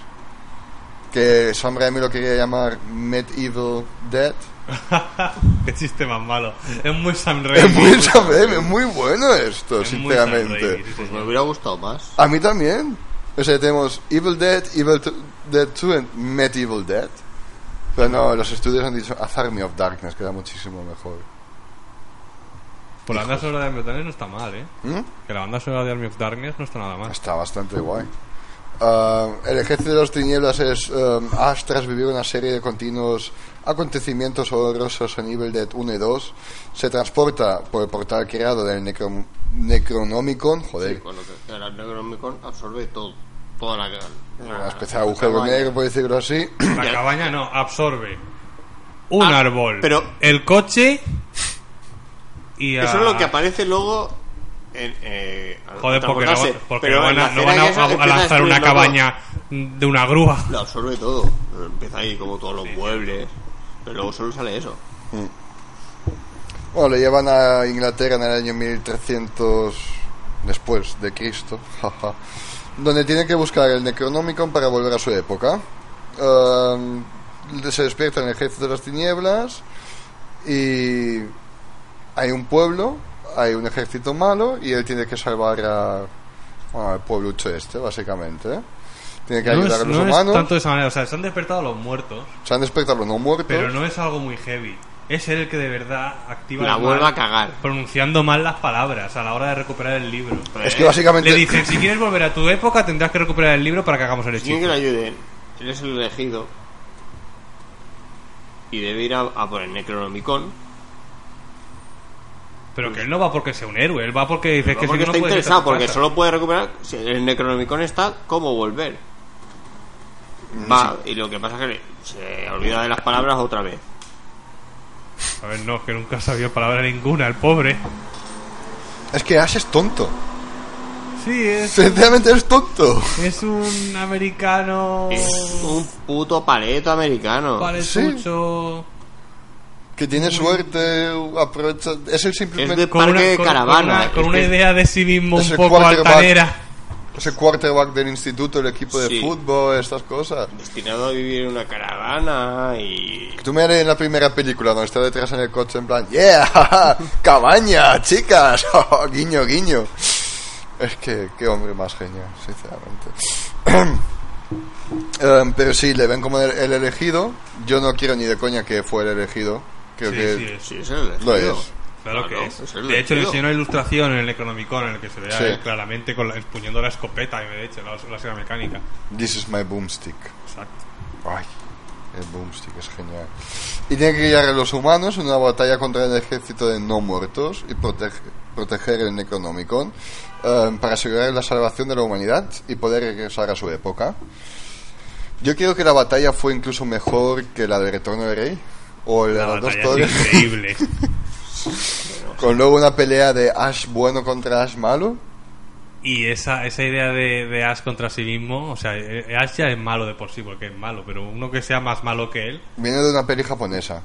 Speaker 4: Que Sam Raimi lo quería llamar Met Evil Dead.
Speaker 3: Qué chiste más malo. Es muy Sam
Speaker 4: Es
Speaker 3: Raimi.
Speaker 4: muy, Sam Raimi, es muy bueno esto,
Speaker 3: Es muy Sam
Speaker 4: sinceramente.
Speaker 3: Raimi, sí,
Speaker 5: Pues me
Speaker 3: señor.
Speaker 5: hubiera gustado más.
Speaker 4: A mí también. O sea, tenemos Evil Dead, Evil t- Dead 2 and Met Evil Dead. Pero no, los estudios han dicho Haz Army of Darkness, queda muchísimo mejor.
Speaker 3: Por Pues la banda sonora de Army of Darkness no está mal, ¿eh?
Speaker 4: ¿Mm?
Speaker 3: Que la banda sonora de Army of Darkness no está nada mal.
Speaker 4: Está bastante guay. Ah, el ejército de las tinieblas es um, Ash tras vivir una serie de continuos acontecimientos horrorosos en Evil Dead 1 y 2 se transporta por el portal creado del Necrom- Necronomicon joder,
Speaker 5: Sí, con lo que el Necronomicon absorbe todo. Toda la. la-
Speaker 4: una especie
Speaker 5: la
Speaker 3: Ah,
Speaker 4: de agujero
Speaker 5: cabaña.
Speaker 3: eh.
Speaker 4: negro por decirlo así
Speaker 3: La cabaña no, absorbe un
Speaker 5: Ah,
Speaker 3: árbol,
Speaker 5: pero-
Speaker 3: el coche y a-
Speaker 5: Eso es lo que aparece luego. En, eh, al
Speaker 3: Joder, porque, no,
Speaker 5: transportarse.
Speaker 3: va- porque
Speaker 5: Pero
Speaker 3: no van,
Speaker 5: en
Speaker 3: a,
Speaker 5: la
Speaker 3: no
Speaker 5: escena
Speaker 3: van a-
Speaker 5: que eso
Speaker 3: a- a
Speaker 5: empieza
Speaker 3: lanzar una
Speaker 5: destruyendo
Speaker 3: cabaña de una grúa.
Speaker 5: todo, Lo absorbe todo. Empieza ahí como todos los muebles. Pero luego solo sale eso.
Speaker 4: bueno, lo llevan a Inglaterra en el año 1300 después de Cristo jaja, donde tiene que buscar el Necronomicon para volver a su época Um, se despierta en el ejército de las tinieblas y hay un pueblo, hay un ejército malo y él tiene que salvar a, bueno, al pueblucho este, básicamente. Tiene que
Speaker 3: No
Speaker 4: ayudar
Speaker 3: es,
Speaker 4: a los
Speaker 3: no es
Speaker 4: humanos.
Speaker 3: tanto de esa manera, o sea, se han despertado los muertos,
Speaker 4: Se han despertado los no muertos.
Speaker 3: pero no es algo muy heavy. es él el que de verdad activa
Speaker 5: La
Speaker 3: el
Speaker 5: vuelve
Speaker 3: mal,
Speaker 5: a cagar.
Speaker 3: pronunciando mal las palabras a la hora de recuperar el libro.
Speaker 4: Es que básicamente.
Speaker 3: Le dicen, si quieres volver a tu época tendrás que recuperar el libro para que hagamos el
Speaker 5: Tiene
Speaker 3: hechizo.
Speaker 5: que le ayuden. Él es el elegido. Y debe ir a, a por el Necronomicon.
Speaker 3: Pero que él no va porque sea un héroe, él va porque dice que si
Speaker 5: porque
Speaker 3: no, no
Speaker 5: está
Speaker 3: puedes irte a
Speaker 5: interesado,
Speaker 3: tu
Speaker 5: porque
Speaker 3: casa.
Speaker 5: solo puede recuperar. Si el Necronomicon está, ¿cómo volver? Va, y lo que pasa es que le- se olvida de las palabras otra vez.
Speaker 3: A ver, no, que nunca sabía palabra ninguna, el pobre.
Speaker 4: Es que Ash es tonto.
Speaker 3: Sí, es,
Speaker 4: Sencillamente es tonto.
Speaker 3: es un
Speaker 4: Oh.
Speaker 3: americano...
Speaker 5: Es un puto paleto americano.
Speaker 3: paletucho...
Speaker 4: Que tiene suerte, aprovecha. Es el
Speaker 5: Es de
Speaker 4: simplemente.
Speaker 5: parque de
Speaker 3: con
Speaker 5: caravana.
Speaker 3: una- con
Speaker 5: Es
Speaker 3: una
Speaker 5: que-
Speaker 3: idea de sí mismo
Speaker 4: Es
Speaker 3: un
Speaker 4: el
Speaker 3: poco
Speaker 4: quarterback.
Speaker 3: altanera.
Speaker 4: Es el quarterback del instituto, el equipo de
Speaker 5: Sí.
Speaker 4: fútbol, estas cosas.
Speaker 5: destinado a vivir en una caravana y
Speaker 4: Tú me haré en la primera película donde está detrás en el coche en plan, yeah, jaja, cabaña, chicas, guiño, guiño. Es que, qué hombre más genio, sinceramente. Em, pero sí, le ven como el, el elegido. Yo no quiero ni de coña que fue el elegido. Creo
Speaker 3: Sí,
Speaker 4: que
Speaker 3: sí, es.
Speaker 5: sí es el elegido.
Speaker 4: lo es.
Speaker 3: Claro que
Speaker 5: Claro,
Speaker 3: es.
Speaker 5: es el
Speaker 3: de hecho, le
Speaker 5: elegido.
Speaker 3: enseñó una ilustración en el Economicon en el que se veía
Speaker 4: Sí.
Speaker 3: él claramente con la, empuñando la escopeta, y de hecho, la, la sierra mecánica.
Speaker 4: This is my boomstick.
Speaker 3: Exacto.
Speaker 4: Ay, el boomstick es genial. Y tiene que guiar a los humanos en una batalla contra el ejército de no muertos y protege- proteger el Necronomicon eh, para asegurar la salvación de la humanidad y poder regresar a su época. Yo creo que la batalla fue incluso mejor que la de Retorno del Rey o la,
Speaker 3: La
Speaker 4: de las dos
Speaker 3: batalla
Speaker 4: torres,
Speaker 3: es increíble.
Speaker 4: con luego una pelea de Ash bueno contra Ash malo.
Speaker 3: y esa, esa idea de, de Ash contra sí mismo, o sea, eh, Ash ya es malo de por sí, porque es malo, pero uno que sea más malo que él,
Speaker 4: Viene de una peli japonesa.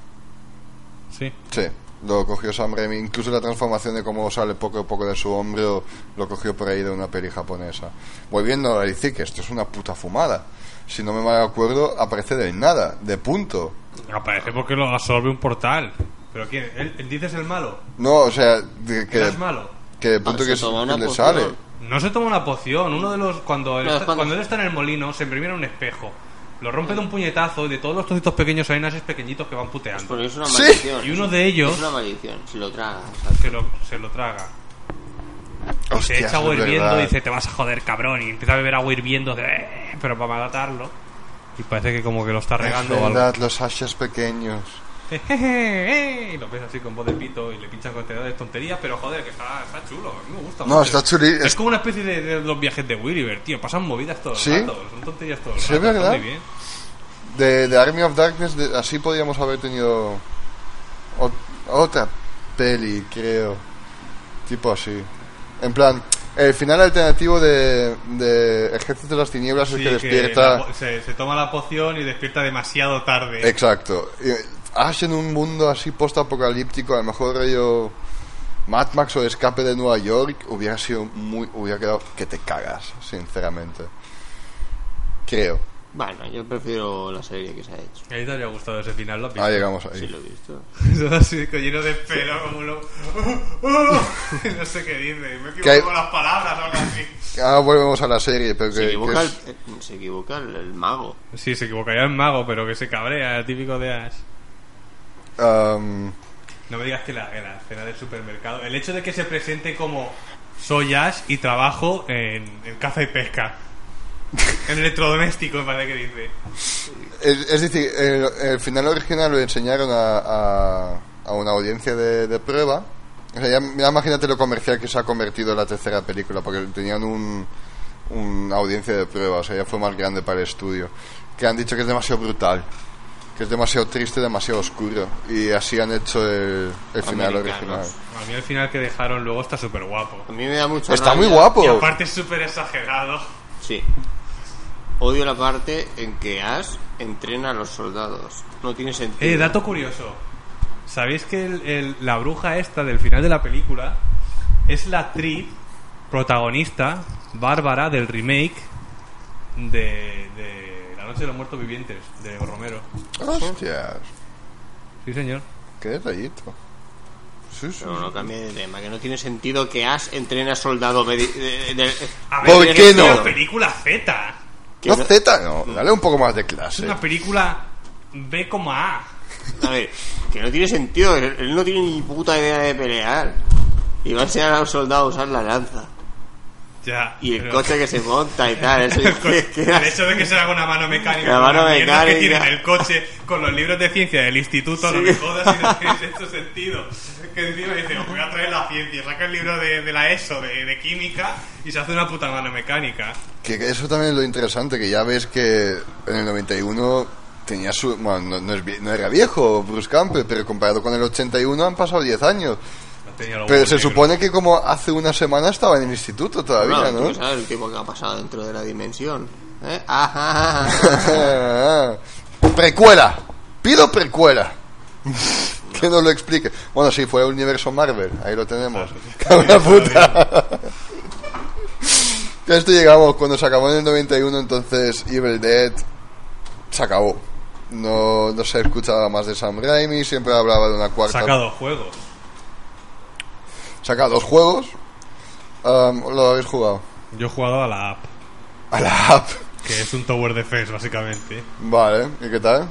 Speaker 3: sí.
Speaker 4: Sí, lo cogió Sam Raimi. Incluso la transformación de cómo sale poco a poco de su hombro lo cogió por ahí de una peli japonesa. Volviendo a decir que esto es una puta fumada. Si no me mal acuerdo, aparece del nada, de punto.
Speaker 3: Aparece porque lo absorbe un portal. ¿Pero quién? ¿Él, él dices el malo?
Speaker 4: No, o sea, de-
Speaker 3: ¿Él
Speaker 4: que,
Speaker 3: es malo?
Speaker 4: que de punto
Speaker 5: Ah, se
Speaker 4: que, se-
Speaker 5: toma
Speaker 4: que
Speaker 5: una
Speaker 4: le
Speaker 5: poción.
Speaker 4: sale.
Speaker 3: No se toma una poción. Uno de los. Cuando él,
Speaker 5: No, es
Speaker 3: está,
Speaker 5: cuando-
Speaker 3: cuando él está en el molino, se imprime un espejo. Lo rompe de un puñetazo y de todos los trocitos pequeños hay nases pequeñitos que van puteando.
Speaker 5: Porque es una
Speaker 4: Sí.
Speaker 5: maldición.
Speaker 3: Y uno de ellos
Speaker 5: Es una maldición, si lo tragas.
Speaker 3: se lo, se lo traga. Y
Speaker 4: Hostia,
Speaker 3: se echa agua
Speaker 4: es
Speaker 3: hirviendo
Speaker 4: verdad.
Speaker 3: y dice: Te vas a joder, cabrón. Y empieza a beber agua hirviendo. de, "Eh", pero para matarlo. Y parece que como que lo está
Speaker 4: Es
Speaker 3: regando o algo.
Speaker 4: verdad, los ashes pequeños.
Speaker 3: Eh, eh, eh, eh, Y lo ves así con voz de pito y le pinchan con este de tonterías, pero joder, que está, está chulo. A mí me gusta.
Speaker 4: No,
Speaker 3: mucho.
Speaker 4: está chuli.
Speaker 3: Es,
Speaker 4: es-
Speaker 3: como una especie de, de los viajes de Williver, tío. Pasan movidas todo el
Speaker 4: Sí.
Speaker 3: rato. Son tonterías todo el
Speaker 4: Sí,
Speaker 3: rato. está
Speaker 4: ¿verdad?
Speaker 3: muy bien.
Speaker 4: de, de Army of Darkness, de- así podíamos haber tenido ot- otra peli, creo. Tipo así. En plan, el final alternativo de, de Ejército de las Tinieblas
Speaker 3: Sí,
Speaker 4: es que
Speaker 3: que
Speaker 4: despierta.
Speaker 3: la po- se, se toma la poción y despierta demasiado tarde.
Speaker 4: Exacto. Y Ash en un mundo así post-apocalíptico, a lo mejor rollo Mad Max o Escape de Nueva York, hubiera sido muy. hubiera quedado que te cagas, sinceramente. Creo.
Speaker 5: Bueno, yo prefiero la serie que se ha hecho.
Speaker 3: A ti te habría gustado ese final, lo has
Speaker 4: Ah,
Speaker 3: visto.
Speaker 4: llegamos ahí.
Speaker 5: Sí, lo he visto.
Speaker 3: Todo así, con lleno de pelo, como uno. no sé qué dice. Me
Speaker 4: Que hay-
Speaker 3: equivoco con las palabras o algo así.
Speaker 4: Ahora Ah, volvemos a la serie, pero que,
Speaker 5: Se
Speaker 4: que
Speaker 5: equivoca, el,
Speaker 4: es-
Speaker 5: eh, se equivoca el, el mago.
Speaker 3: Sí, se equivocaría el mago, pero que se cabrea, típico de Ash.
Speaker 4: am,
Speaker 3: No me digas que la, que la escena del supermercado. El hecho de que se presente como soy Ash y trabajo en, en caza y pesca. En electrodoméstico, me parece que dice.
Speaker 4: es, es decir, el, el final original lo enseñaron a, a- a una audiencia de, de prueba. O sea, ya, ya imagínate lo comercial que se ha convertido la tercera película, porque tenían un, una audiencia de prueba, o sea, ya fue más grande para el estudio. Que han dicho que es demasiado brutal, que es demasiado triste, demasiado oscuro. Y así han hecho el, el final
Speaker 5: Americanos.
Speaker 4: original.
Speaker 3: A mí al final que dejaron luego está súper guapo.
Speaker 5: A mí me da mucho
Speaker 4: Está muy
Speaker 3: Y
Speaker 4: guapo.
Speaker 3: aparte es súper exagerado.
Speaker 5: Sí. Odio la parte en que Ash entrena a los soldados. No tiene sentido.
Speaker 3: Eh, dato curioso. ¿Sabéis que el- el- la bruja esta del final de la película es la actriz protagonista, Bárbara, del remake de, de La Noche de los Muertos Vivientes, de Romero?
Speaker 4: Hostias,
Speaker 3: Sí, señor.
Speaker 4: qué detallito. Sí, sí,
Speaker 5: Pero
Speaker 4: sí.
Speaker 5: no cambie de tema, que no tiene sentido que Ash entrene a soldado. medi- de- de- de-
Speaker 3: A
Speaker 4: ¿Por
Speaker 5: tiene
Speaker 4: qué
Speaker 5: que-
Speaker 4: no?
Speaker 3: Es una película Z.
Speaker 5: que
Speaker 4: No,
Speaker 5: no-
Speaker 4: Z, no, dale un poco más de
Speaker 3: Es
Speaker 4: clase.
Speaker 3: una película B como A.
Speaker 5: A ver, que no tiene sentido. Él, él no tiene ni puta idea de pelear. Y va a enseñar a un soldado a usar la lanza.
Speaker 3: Ya.
Speaker 5: Y el
Speaker 3: pero-
Speaker 5: coche que se monta y tal. Eso dice que
Speaker 3: El hecho de que se haga una mano mecánica,
Speaker 5: La
Speaker 3: con
Speaker 5: mano
Speaker 3: las mierdas que
Speaker 5: mecánica.
Speaker 3: tiene en el coche, con los libros de ciencia del instituto, no
Speaker 5: Sí.
Speaker 3: me jodas si no tiene sexto sentido. Que encima dice, os voy a traer la ciencia, saca el libro de, de la ESO, de, de química, y se hace una puta mano mecánica.
Speaker 4: Que que eso también es lo interesante, que ya ves que en el 91 tenía su... Bueno, no, no es vie- no era viejo Bruce Campbell, pero comparado con el 81 han pasado 10 años.
Speaker 3: No tenía los
Speaker 4: Pero
Speaker 3: huevos
Speaker 4: se
Speaker 3: negros.
Speaker 4: supone que como hace una semana estaba en el instituto todavía,
Speaker 5: Bueno, pues tú
Speaker 4: ¿no?
Speaker 5: que sabes el tiempo que ha pasado dentro de la dimensión. ¿Eh? Ajá.
Speaker 4: precuela. Pido precuela. que nos lo explique. Bueno, sí, fue el universo Marvel. Ahí lo tenemos. Cabra puta. Ya esto llegamos. Cuando se acabó en el 91, entonces Evil Dead se acabó. No, no se escuchaba más de Sam Raimi. Siempre hablaba de una cuarta
Speaker 3: Saca dos juegos.
Speaker 4: Saca dos juegos. Um, lo habéis jugado.
Speaker 3: Yo he jugado a la app,
Speaker 4: A la app.
Speaker 3: que es un Tower Defense, básicamente.
Speaker 4: Vale, ¿y qué tal?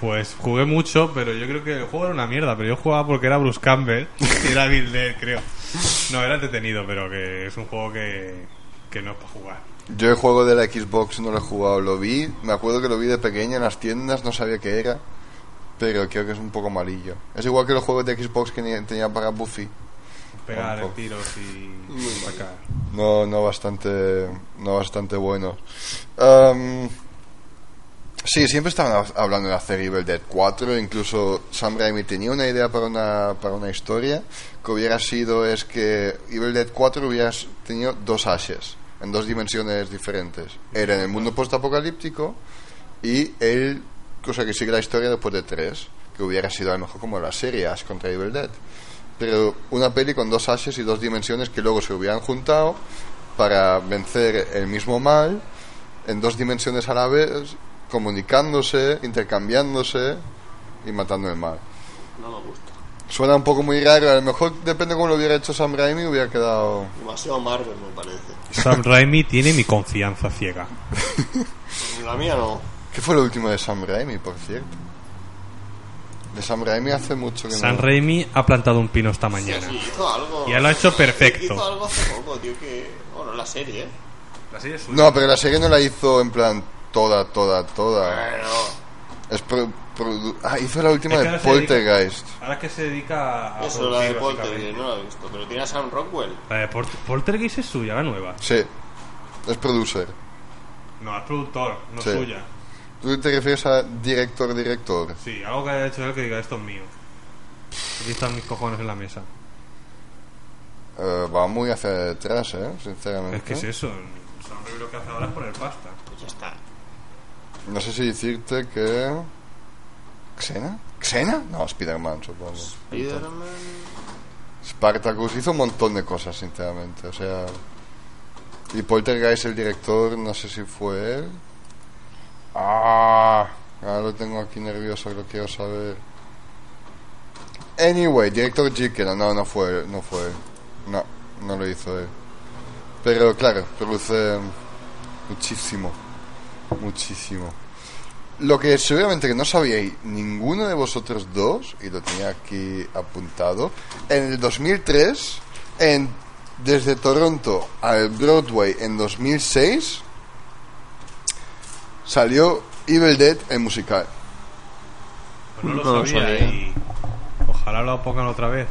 Speaker 3: Pues jugué mucho, pero yo creo que el juego era una mierda, pero yo jugaba porque era Bruce Campbell y era Bill Dead, creo. No, era entretenido, pero que es un juego que, que no es para jugar.
Speaker 4: Yo el juego de la Xbox no lo he jugado, lo vi, me acuerdo que lo vi de pequeña en las tiendas, no sabía qué era, pero creo que es un poco malillo. Es igual que los juegos de Xbox que ni- tenía para Buffy.
Speaker 3: Pegar
Speaker 4: Ojo.
Speaker 3: tiros y sacar.
Speaker 4: No, no bastante, no bastante bueno. Em, sí, siempre estaban hab- hablando de hacer Evil Dead 4, incluso Sam Raimi tenía una idea para una, para una historia que hubiera sido es que Evil Dead 4 hubiera tenido dos ashes en dos dimensiones diferentes. Era en el mundo postapocalíptico y él, cosa que sigue la historia después de tres, que hubiera sido a lo mejor como la serie Ash contra Evil Dead. Pero una peli con dos ashes y dos dimensiones que luego se hubieran juntado para vencer el mismo mal en dos dimensiones a la vez, comunicándose, intercambiándose y matando el mal.
Speaker 5: No me gusta.
Speaker 4: Suena un poco muy raro, a lo mejor depende cómo lo hubiera hecho Sam Raimi, hubiera quedado...
Speaker 5: Demasiado Marvel, me parece.
Speaker 3: Sam Raimi tiene mi confianza ciega.
Speaker 5: Pues La mía no.
Speaker 4: ¿Qué fue lo último de Sam Raimi, por cierto? De Sam Raimi hace mucho que
Speaker 3: Sam
Speaker 4: no...
Speaker 3: Raimi ha plantado un pino esta mañana.
Speaker 5: Sí, hizo algo.
Speaker 3: Ya lo ha hecho perfecto.
Speaker 5: Hizo algo hace poco, tío, que. Bueno, la serie, ¿eh?
Speaker 4: No, pero la serie no la hizo en plan toda, toda, toda.
Speaker 5: Bueno.
Speaker 4: Es pro- produ- Ah, hizo la última
Speaker 3: Es que
Speaker 4: de
Speaker 3: ahora se dedica-
Speaker 4: Poltergeist.
Speaker 3: Ahora que se dedica a.
Speaker 5: Eso, la de Poltergeist, no la he visto. Pero tiene a Sam Rockwell.
Speaker 3: La de Pol- Poltergeist es suya, la nueva.
Speaker 4: Sí, es producer.
Speaker 3: No, es productor, no
Speaker 4: Sí.
Speaker 3: suya.
Speaker 4: ¿Tú te refieres a director, director?
Speaker 3: Sí, algo que haya hecho él que diga esto es mío. Aquí están mis cojones en la mesa.
Speaker 4: Eh, va muy hacia detrás, ¿eh? Sinceramente.
Speaker 3: Es que es eso. Sam Raimi lo que hace ahora es poner pasta.
Speaker 5: Pues ya está.
Speaker 4: No sé si decirte que... ¿Xena? ¿Xena? No, Spider-Man, supongo.
Speaker 5: Spider-Man.
Speaker 4: Spartacus hizo un montón de cosas, sinceramente. O sea... Y Poltergeist, el director, no sé si fue él. Ah, ahora lo tengo aquí nervioso, lo quiero saber. Anyway, director Jekyll, no, no fue él, no fue él. No, no lo hizo él. Pero claro, produce muchísimo, muchísimo. Lo que seguramente que no sabíais ninguno de vosotros dos, y lo tenía aquí apuntado, en el 2003, en, desde Toronto al Broadway en 2006, salió Evil Dead el musical.
Speaker 3: Pues no lo
Speaker 5: No lo
Speaker 3: sabía,
Speaker 5: sabía.
Speaker 3: y. Ojalá lo pongan otra vez.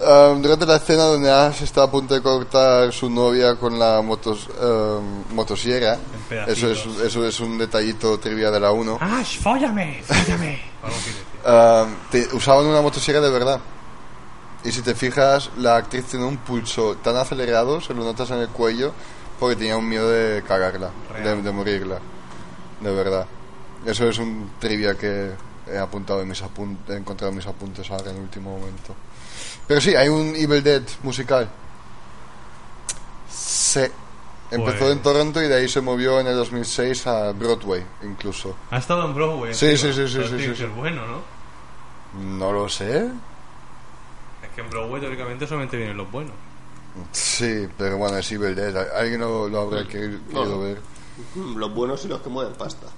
Speaker 4: Um, durante la escena donde Ash está a punto de cortar su novia con la motos, um, motosierra, eso
Speaker 3: pedacitos.
Speaker 4: es, eso es un detallito trivia de la 1,
Speaker 3: ¡Ash, fóllame! ¡Fóllame! Algo así decía.
Speaker 4: um, te- usaban una motosierra de verdad. Y si te fijas, la actriz tiene un pulso tan acelerado, se lo notas en el cuello, porque tenía un miedo de cagarla, de,
Speaker 3: Real.
Speaker 4: de morirla, de verdad. Eso es un trivia que he apuntado en mis apun- he encontrado en mis apuntes ahora en el último momento. Pero sí, hay un Evil Dead musical. Se empezó
Speaker 3: Pues-
Speaker 4: en Toronto y de ahí se movió en el 2006 a Broadway, incluso.
Speaker 3: Ha estado en Broadway.
Speaker 4: Sí,
Speaker 3: encima.
Speaker 4: sí, sí, sí,
Speaker 3: Entonces
Speaker 4: sí,
Speaker 3: tiene
Speaker 4: sí,
Speaker 3: que
Speaker 4: sí.
Speaker 3: ser bueno, ¿no?
Speaker 4: No lo sé.
Speaker 3: Es que en Broadway teóricamente solamente vienen los buenos.
Speaker 4: Sí, pero bueno, es Evil Dead. Al- Alguien lo, lo habrá queri- querido
Speaker 5: No.
Speaker 4: ver.
Speaker 5: Mm, Los buenos y los que mueven pasta.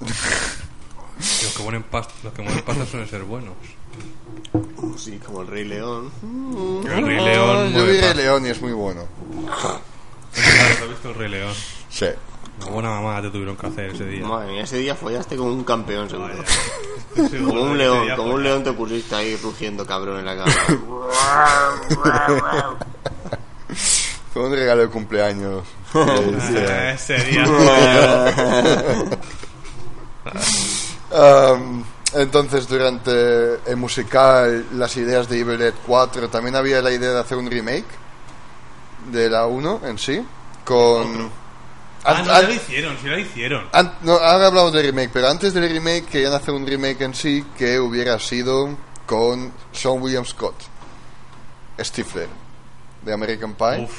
Speaker 3: Los que mueren pasta, los que mueren pasta suelen ser buenos.
Speaker 5: Sí, como el Rey León.
Speaker 3: El Rey León.
Speaker 4: Yo
Speaker 3: muere
Speaker 4: vi Rey
Speaker 3: pasta.
Speaker 4: León y es muy bueno.
Speaker 3: Claro, ¿te has visto el Rey León?
Speaker 4: Sí.
Speaker 3: Una buena mamada te tuvieron que hacer ese día.
Speaker 5: Madre mía, ese día follaste como un campeón, seguro.
Speaker 3: Seguro
Speaker 5: Como un
Speaker 3: que ese
Speaker 5: león,
Speaker 3: día
Speaker 5: como
Speaker 3: fue-
Speaker 5: un león te pusiste ahí rugiendo cabrón en la cama.
Speaker 4: Fue un regalo de cumpleaños. Sí, sí.
Speaker 3: Ah, Ese día.
Speaker 4: Um, entonces, durante el musical, las ideas de Evil Dead 4, también había la idea de hacer un remake de la 1 en sí. Con.
Speaker 3: Ah, no,
Speaker 4: An-
Speaker 3: ya
Speaker 4: an-
Speaker 3: lo hicieron, sí lo hicieron.
Speaker 4: an- no, ahora hablamos del remake, pero antes del remake querían hacer un remake en sí que hubiera sido con Sean William Scott, Stifler, de American Pie.
Speaker 3: Uf,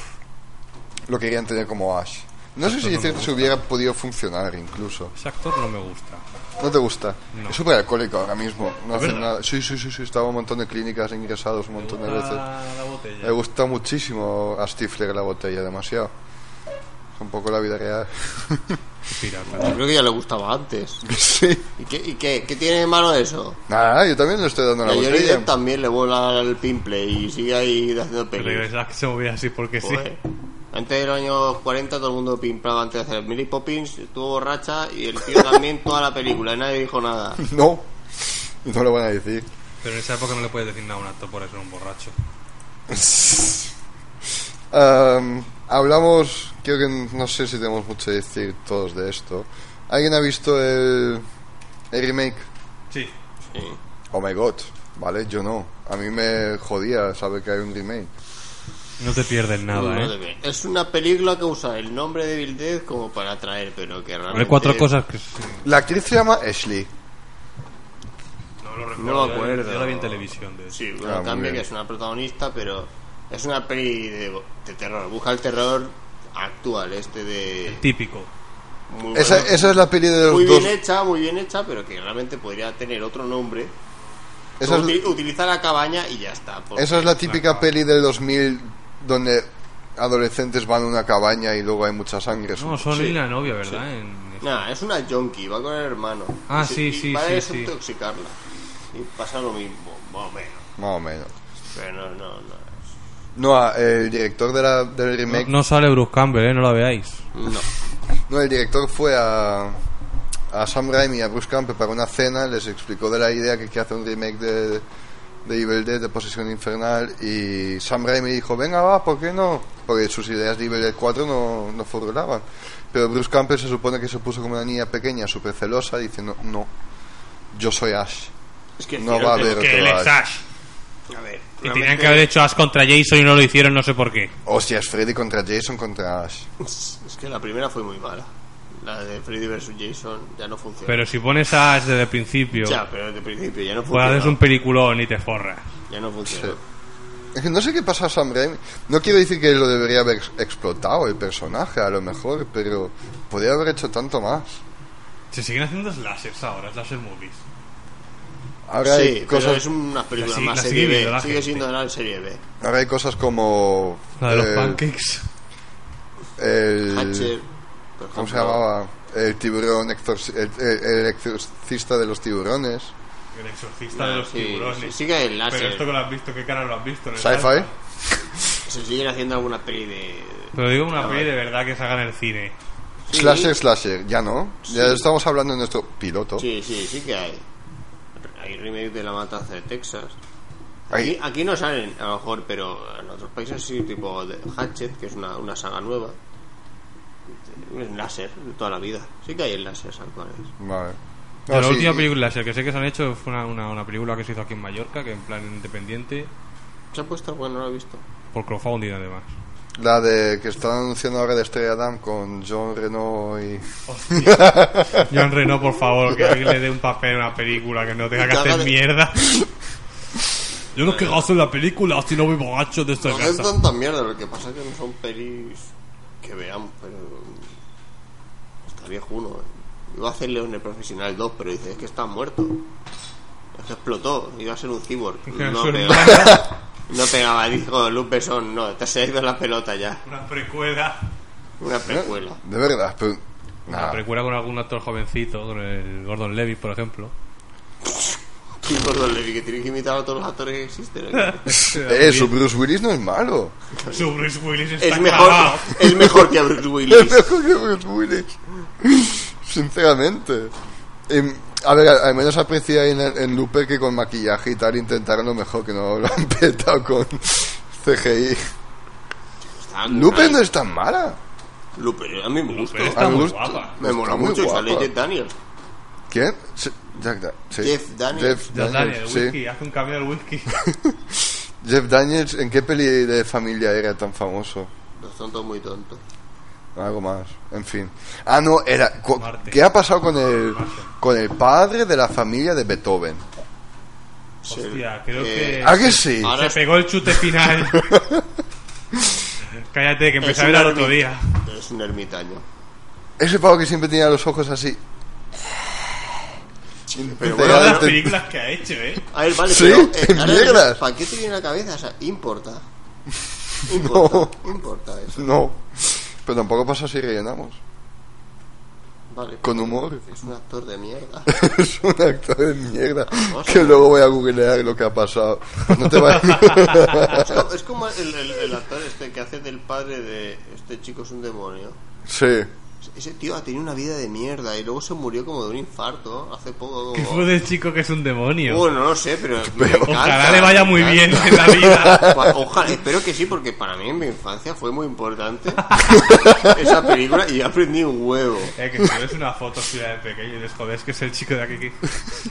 Speaker 4: Lo querían tener como Ash. No sé si
Speaker 3: no me
Speaker 4: decir si hubiera podido funcionar incluso.
Speaker 3: ese actor no me gusta.
Speaker 4: ¿No te gusta?
Speaker 3: No.
Speaker 4: Es súper alcohólico ahora mismo. No hace
Speaker 3: verdad?
Speaker 4: nada. Sí, sí, sí, sí. Estaba en un montón de clínicas ingresados un
Speaker 5: Pues
Speaker 4: montón de veces.
Speaker 3: Ah, la
Speaker 4: Le
Speaker 5: Eh.
Speaker 3: botella.
Speaker 4: gusta muchísimo a Stifler la botella, demasiado. Es un poco la vida real.
Speaker 3: Pirata.
Speaker 5: Creo que ya le gustaba antes.
Speaker 4: sí.
Speaker 5: ¿Y qué, y qué, qué tiene de malo eso?
Speaker 4: Nada, yo también le estoy dando
Speaker 5: A
Speaker 4: la
Speaker 5: Johnny
Speaker 4: botella.
Speaker 5: Depp también le vuela el pimple y sigue ahí haciendo
Speaker 3: Pero
Speaker 5: pelis.
Speaker 3: es que se movía así porque sí.
Speaker 5: Joder. Pues, Antes de los años 40 todo el mundo pimplaba antes de hacer Mary Poppins, estuvo borracha y el tío también toda la película y nadie dijo nada.
Speaker 4: No. No lo van a decir.
Speaker 3: Pero en esa época no le puedes decir nada a un actor por ser un borracho.
Speaker 4: Am, hablamos. Creo que no sé si tenemos mucho que decir todos de esto. ¿Alguien ha visto el, el remake?
Speaker 3: Sí.
Speaker 5: Sí.
Speaker 4: Oh my god. Vale, yo no. A mí me jodía saber que hay un remake.
Speaker 3: No te pierdes nada,
Speaker 5: No
Speaker 3: ¿eh?
Speaker 5: te- Es una película que usa el nombre de Bill Dead como para atraer, pero que realmente...
Speaker 3: Hay cuatro cosas que...
Speaker 4: La actriz se llama Ashley.
Speaker 3: No lo
Speaker 5: No me acuerdo.
Speaker 3: Yo la vi en televisión, de hecho.
Speaker 5: Sí,
Speaker 4: Ah,
Speaker 5: bueno,
Speaker 4: muy
Speaker 5: cambia que
Speaker 4: bien.
Speaker 5: es una protagonista, pero es una peli de, de terror. Busca el terror actual, este de...
Speaker 3: Típico.
Speaker 5: muy bueno.
Speaker 4: Esa, esa es la peli de los
Speaker 5: muy
Speaker 4: dos.
Speaker 5: bien hecha, muy bien hecha, pero que realmente podría tener otro nombre.
Speaker 4: Esa
Speaker 5: Uti-
Speaker 4: es,
Speaker 5: Utiliza la cabaña y ya está. porque-
Speaker 4: esa es la típica peli del 2000 donde adolescentes van a una cabaña y luego hay mucha sangre.
Speaker 3: No, son y la novia, ¿verdad? En-
Speaker 5: Nah, es una junkie, va con el hermano.
Speaker 3: Ah,
Speaker 5: Y se-
Speaker 3: sí,
Speaker 5: y
Speaker 3: sí,
Speaker 5: va a
Speaker 3: sí, sí.
Speaker 5: desintoxicarla. Y pasa lo mismo, más o menos.
Speaker 4: Más o menos.
Speaker 5: Pero no, no, no.
Speaker 4: No, ah, el director de la- del remake. No,
Speaker 3: No sale Bruce Campbell, ¿eh? No la veáis.
Speaker 5: No.
Speaker 4: el director fue a, a Sam Raimi y a Bruce Campbell para una cena. Les explicó de la idea que que hace un remake de, de Evil Dead, de Posesión Infernal. Y Sam Raimi dijo: Venga, va, ¿por qué no? Porque sus ideas de Evil Dead 4 no, no formulaban. Pero Bruce Campbell se supone que se puso como una niña pequeña, súper celosa, diciendo: No, yo soy Ash.
Speaker 5: Es que es
Speaker 4: No va a
Speaker 5: cierto,
Speaker 4: haber
Speaker 3: Que él
Speaker 4: otro
Speaker 3: es
Speaker 4: Ash.
Speaker 3: Ash.
Speaker 5: A ver,
Speaker 3: Y tenían
Speaker 5: realmente-
Speaker 3: que haber hecho Ash contra Jason y no lo hicieron, no sé por qué.
Speaker 4: Hostia, es Freddy contra Jason contra Ash.
Speaker 5: Es que la primera fue muy mala. La de Freddy vs. Jason ya no funciona.
Speaker 3: Pero si pones a Ash desde el principio,
Speaker 5: Ya, pero desde el principio ya no
Speaker 3: pues
Speaker 5: funciona.
Speaker 3: haces un peliculón y te forras.
Speaker 5: Ya no funciona.
Speaker 4: Es que no sé qué pasa a Sam Raimi. No quiero decir que lo debería haber ex- explotado el personaje, a lo mejor, pero podría haber hecho tanto más.
Speaker 3: Se siguen haciendo slashers ahora, slasher movies.
Speaker 4: Ahora,
Speaker 5: sí,
Speaker 4: hay,
Speaker 5: pero
Speaker 4: cosas,
Speaker 5: es una película
Speaker 3: La sigue-
Speaker 5: más
Speaker 3: la
Speaker 5: serie
Speaker 3: sigue viendo
Speaker 5: B.
Speaker 3: la
Speaker 5: Sigue
Speaker 3: gente.
Speaker 5: siendo una serie B.
Speaker 4: ahora hay cosas como.
Speaker 3: La de los
Speaker 4: eh,
Speaker 3: pancakes.
Speaker 4: el-
Speaker 5: Hatcher, por
Speaker 4: ¿Cómo se
Speaker 5: ejemplo.
Speaker 4: llamaba? El tiburón, exorci- el, el- el exorcista de los tiburones.
Speaker 3: El exorcista
Speaker 5: Ah,
Speaker 3: de los
Speaker 5: sí,
Speaker 3: tiburones.
Speaker 5: sí, sigue el
Speaker 3: Pero
Speaker 5: láser.
Speaker 3: esto que lo has visto, ¿qué cara lo has visto? en el
Speaker 4: Sci-fi.
Speaker 3: alfa?
Speaker 5: Se siguen haciendo alguna peli de.
Speaker 3: Pero digo una peli de verdad que salga en el cine.
Speaker 5: Sí.
Speaker 4: Slasher, slasher. Ya no. Ya
Speaker 5: Sí.
Speaker 4: estamos hablando de nuestro piloto.
Speaker 5: Sí, sí, sí que hay. Hay remake de La Matanza de Texas.
Speaker 4: Ahí.
Speaker 5: Aquí, aquí no salen, a lo mejor, pero en otros países sí, tipo de Hatchet, que es una, una saga nueva. Un láser de toda la vida. Sí que hay en láser actuales.
Speaker 4: Vale.
Speaker 3: De
Speaker 4: No,
Speaker 3: la
Speaker 4: sí,
Speaker 3: última
Speaker 4: y-
Speaker 3: película slasher que sé que se han hecho fue una, una, una película que se hizo aquí en Mallorca, que en plan independiente,
Speaker 5: Se ha puesto bueno, no lo he visto.
Speaker 3: por crowdfunding además.
Speaker 4: La de que están anunciando ahora de Estrella Damm con John Reno y.
Speaker 3: John Reno, por favor, que alguien le dé un papel a una película, que no tenga que hacer
Speaker 5: Cágale.
Speaker 3: mierda. Yo no que gasto en la película, si no voy borracho de esta
Speaker 5: No es
Speaker 3: casa.
Speaker 5: tanta mierda, lo que pasa es que no son pelis que veamos, pero. pues, Está viejuno. eh. Iba a hacer León el Profesional 2, pero dice, es que está muerto. Es que explotó, iba a ser un cyborg.
Speaker 3: Que
Speaker 5: No
Speaker 3: su
Speaker 5: pegaba,
Speaker 3: hermana,
Speaker 5: no pegaba, dijo Luke Besson, no, te has ido la pelota ya.
Speaker 3: una precuela.
Speaker 5: Una precuela.
Speaker 4: De verdad, pero
Speaker 5: Ah.
Speaker 3: Una precuela con algún actor jovencito, con el Gordon Levy, por ejemplo.
Speaker 5: Y Gordon Levy, que tiene que imitar a todos los actores que existen. aquí.
Speaker 4: Eh, su Bruce Willis no es malo.
Speaker 3: Su Bruce Willis está
Speaker 5: Es mejor,
Speaker 3: cagao.
Speaker 5: es mejor que a Bruce
Speaker 4: Es
Speaker 5: Willis.
Speaker 4: mejor que Bruce Willis. Sinceramente. Em, a ver, al al menos aprecié ahí en, en Looper que con maquillaje y tal intentaron lo mejor que no lo han petado con CGI.
Speaker 5: Está muy
Speaker 4: Looper
Speaker 5: mal.
Speaker 4: no es tan mala.
Speaker 5: Looper, a mí me gustó.
Speaker 3: Pero está
Speaker 4: Ah, me
Speaker 3: muy
Speaker 4: gusta.
Speaker 3: guapa.
Speaker 4: Está
Speaker 5: Me mola
Speaker 4: muy
Speaker 5: mucho y sale
Speaker 4: guapa.
Speaker 5: Jeff Daniels.
Speaker 4: ¿Quién? Se- Jack Da- sí.
Speaker 5: Jeff Daniels.
Speaker 4: Jeff
Speaker 3: Ya Daniel,
Speaker 4: Daniels,
Speaker 3: el
Speaker 4: sí.
Speaker 3: whisky, hace un cambio del whisky.
Speaker 4: Jeff Daniels, ¿en qué peli de familia era tan famoso?
Speaker 5: Los tontos muy tontos.
Speaker 4: Algo más, en fin. Ah, no, era. cu-
Speaker 3: Marte.
Speaker 4: ¿Qué ha pasado con el,
Speaker 3: Marte.
Speaker 4: con el padre de la familia de Beethoven?
Speaker 3: Hostia, creo
Speaker 5: Eh,
Speaker 3: que.
Speaker 4: ¿Ah, que sí?
Speaker 5: Ahora
Speaker 3: Se
Speaker 5: es-
Speaker 3: pegó el chute final. Cállate, que empecé
Speaker 5: Es
Speaker 3: a ver
Speaker 5: un
Speaker 3: al otro
Speaker 5: ermita-
Speaker 3: día.
Speaker 5: Es un ermitaño.
Speaker 4: Ese pavo que siempre tenía los ojos así.
Speaker 5: Pero
Speaker 4: Te-
Speaker 5: bueno,
Speaker 3: Todas las
Speaker 4: te-
Speaker 3: películas que ha hecho, ¿eh?
Speaker 5: A ver, vale,
Speaker 4: ¿Sí?
Speaker 5: pero... eh,
Speaker 4: ¿En
Speaker 5: ahora,
Speaker 4: negras?
Speaker 5: ¿Para qué te viene a la cabeza? O sea, importa. Importa, importa eso.
Speaker 4: No. Pero tampoco pasa si rellenamos.
Speaker 5: Vale.
Speaker 4: Con humor.
Speaker 5: Es un actor de mierda.
Speaker 4: Es un actor de mierda. Que luego voy a googlear lo que ha pasado. No te vayas.
Speaker 5: Es como- es como el, el- el actor este que hace del padre de este chico es un demonio.
Speaker 4: sí.
Speaker 5: Ese tío ha tenido una vida de mierda y luego se murió como de un infarto hace poco.
Speaker 3: Que
Speaker 5: como-
Speaker 3: fue del chico que es un demonio.
Speaker 5: Bueno, no lo sé, pero. me encanta,
Speaker 3: Ojalá le vaya
Speaker 5: me
Speaker 3: muy bien
Speaker 5: encanta.
Speaker 3: en la vida.
Speaker 5: Oja- Pues, Ojalá, espero que sí, porque para mí en mi infancia fue muy importante esa película y aprendí un huevo.
Speaker 3: Eh, que si ves una foto así de pequeño y les jodes que es el chico de aquí. que-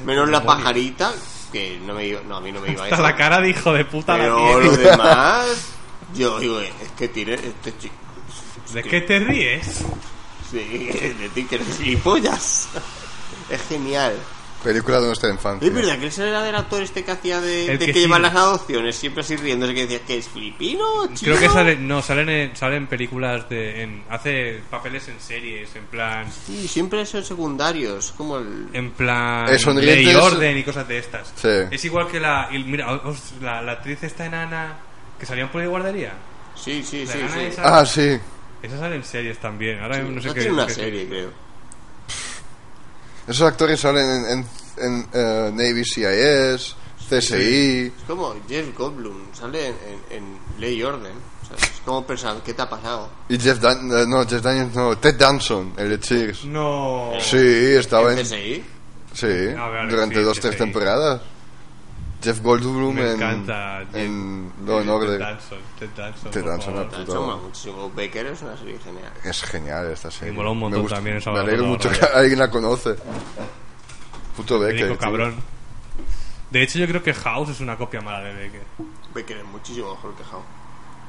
Speaker 5: Menos la
Speaker 3: Demonio.
Speaker 5: pajarita, que no me iba, no, a mí no me iba
Speaker 3: Hasta
Speaker 5: eso.
Speaker 3: la cara de hijo de puta la
Speaker 5: Pero
Speaker 3: tiene.
Speaker 5: lo demás, yo digo, es que tiene este chico.
Speaker 3: ¿De qué te ríes?
Speaker 5: Sí, de ti que eres gilipollas. Es genial.
Speaker 4: Película de nuestra infancia.
Speaker 5: Es verdad que ese era del actor este que hacía de,
Speaker 3: El
Speaker 5: de
Speaker 3: que
Speaker 5: que, llevan
Speaker 3: sí.
Speaker 5: las adopciones, siempre así riendo, que decía que es filipino, chino.
Speaker 3: Creo que salen, no, salen en, salen películas de. En, hace papeles en series, en plan.
Speaker 5: Sí, siempre son secundarios, como el.
Speaker 3: En plan.
Speaker 4: Eh, sonrientes.
Speaker 3: ley y orden y cosas de estas.
Speaker 4: Sí.
Speaker 3: Es igual que la. y Mira, os- la, la actriz esta enana. Que salían por de guardería.
Speaker 5: Sí, sí,
Speaker 3: La
Speaker 5: sí.
Speaker 3: gana
Speaker 5: sí.
Speaker 3: esa-
Speaker 4: Ah, sí.
Speaker 3: Esas salen series también. Ahora no sé
Speaker 5: Eso
Speaker 3: qué.
Speaker 5: tiene una
Speaker 3: qué-
Speaker 5: serie, creo.
Speaker 4: Esos actores salen en, en, en, eh, Navy CIS, CSI.
Speaker 5: Es como Jeff Goldblum, sale en, en- en Ley y Orden. O sea, es como pensar, ¿qué te ha pasado?
Speaker 4: Y Jeff Dan eh, no, Jeff Daniels no, Ted Danson, el de Cheers.
Speaker 3: No.
Speaker 4: Sí, estaba en.
Speaker 5: ¿En
Speaker 4: Sí,
Speaker 5: CSI?
Speaker 3: Ah, vale,
Speaker 4: durante
Speaker 3: sí,
Speaker 4: dos,
Speaker 3: sí,
Speaker 4: tres
Speaker 3: sí.
Speaker 4: temporadas. Jeff Goldblum
Speaker 3: Me
Speaker 4: en.
Speaker 3: encanta, Jeff-
Speaker 4: En Law and
Speaker 3: Ted
Speaker 4: Order.
Speaker 3: Danson, Ted Danson.
Speaker 4: Ted
Speaker 3: por
Speaker 4: Danson,
Speaker 3: favor.
Speaker 4: la
Speaker 5: Está
Speaker 4: Puto.
Speaker 5: hecho mola muchísimo. Becker es una serie genial.
Speaker 4: Es genial esta serie.
Speaker 3: Me mola un montón
Speaker 4: gusta-
Speaker 3: también esa
Speaker 4: Me
Speaker 3: banda
Speaker 4: alegro mucho
Speaker 3: sonora,
Speaker 4: que
Speaker 3: vaya.
Speaker 4: alguien la conoce. Puto Becker.
Speaker 3: Médico
Speaker 4: tío.
Speaker 3: cabrón. De hecho, yo creo que House es una copia mala de Becker.
Speaker 5: Becker es muchísimo mejor que How.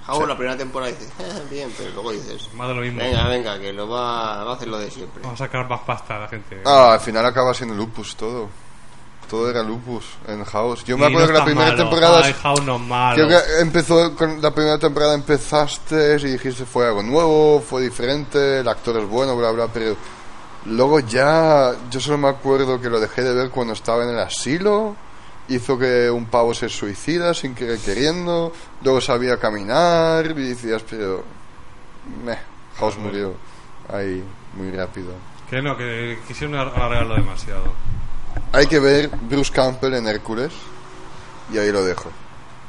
Speaker 5: How la primera temporada dices, "Ah, bien, pero luego dices,
Speaker 3: Más de lo mismo.
Speaker 5: venga, venga, que lo va, va a hacer lo de siempre.
Speaker 3: Vamos a sacar más pasta a la gente.
Speaker 4: Ah, al final acaba siendo lupus todo. Todo era lupus en House. Yo me
Speaker 3: Y no
Speaker 4: acuerdo que la
Speaker 3: está
Speaker 4: primera
Speaker 3: malo. Ah,
Speaker 4: temporada.
Speaker 3: Ay, House no es malo.
Speaker 4: Creo que empezó con la primera temporada empezaste y dijiste fue algo nuevo, fue diferente, el actor es bueno, bla bla, pero luego ya yo solo me acuerdo que lo dejé de ver cuando estaba en el asilo, hizo que un pavo se suicida sin querer queriendo, luego sabía caminar y decías, pero meh, House murió ahí muy rápido.
Speaker 3: Que no, que quisieron alargarlo demasiado.
Speaker 4: Hay que ver Bruce Campbell en Hércules y ahí lo dejo.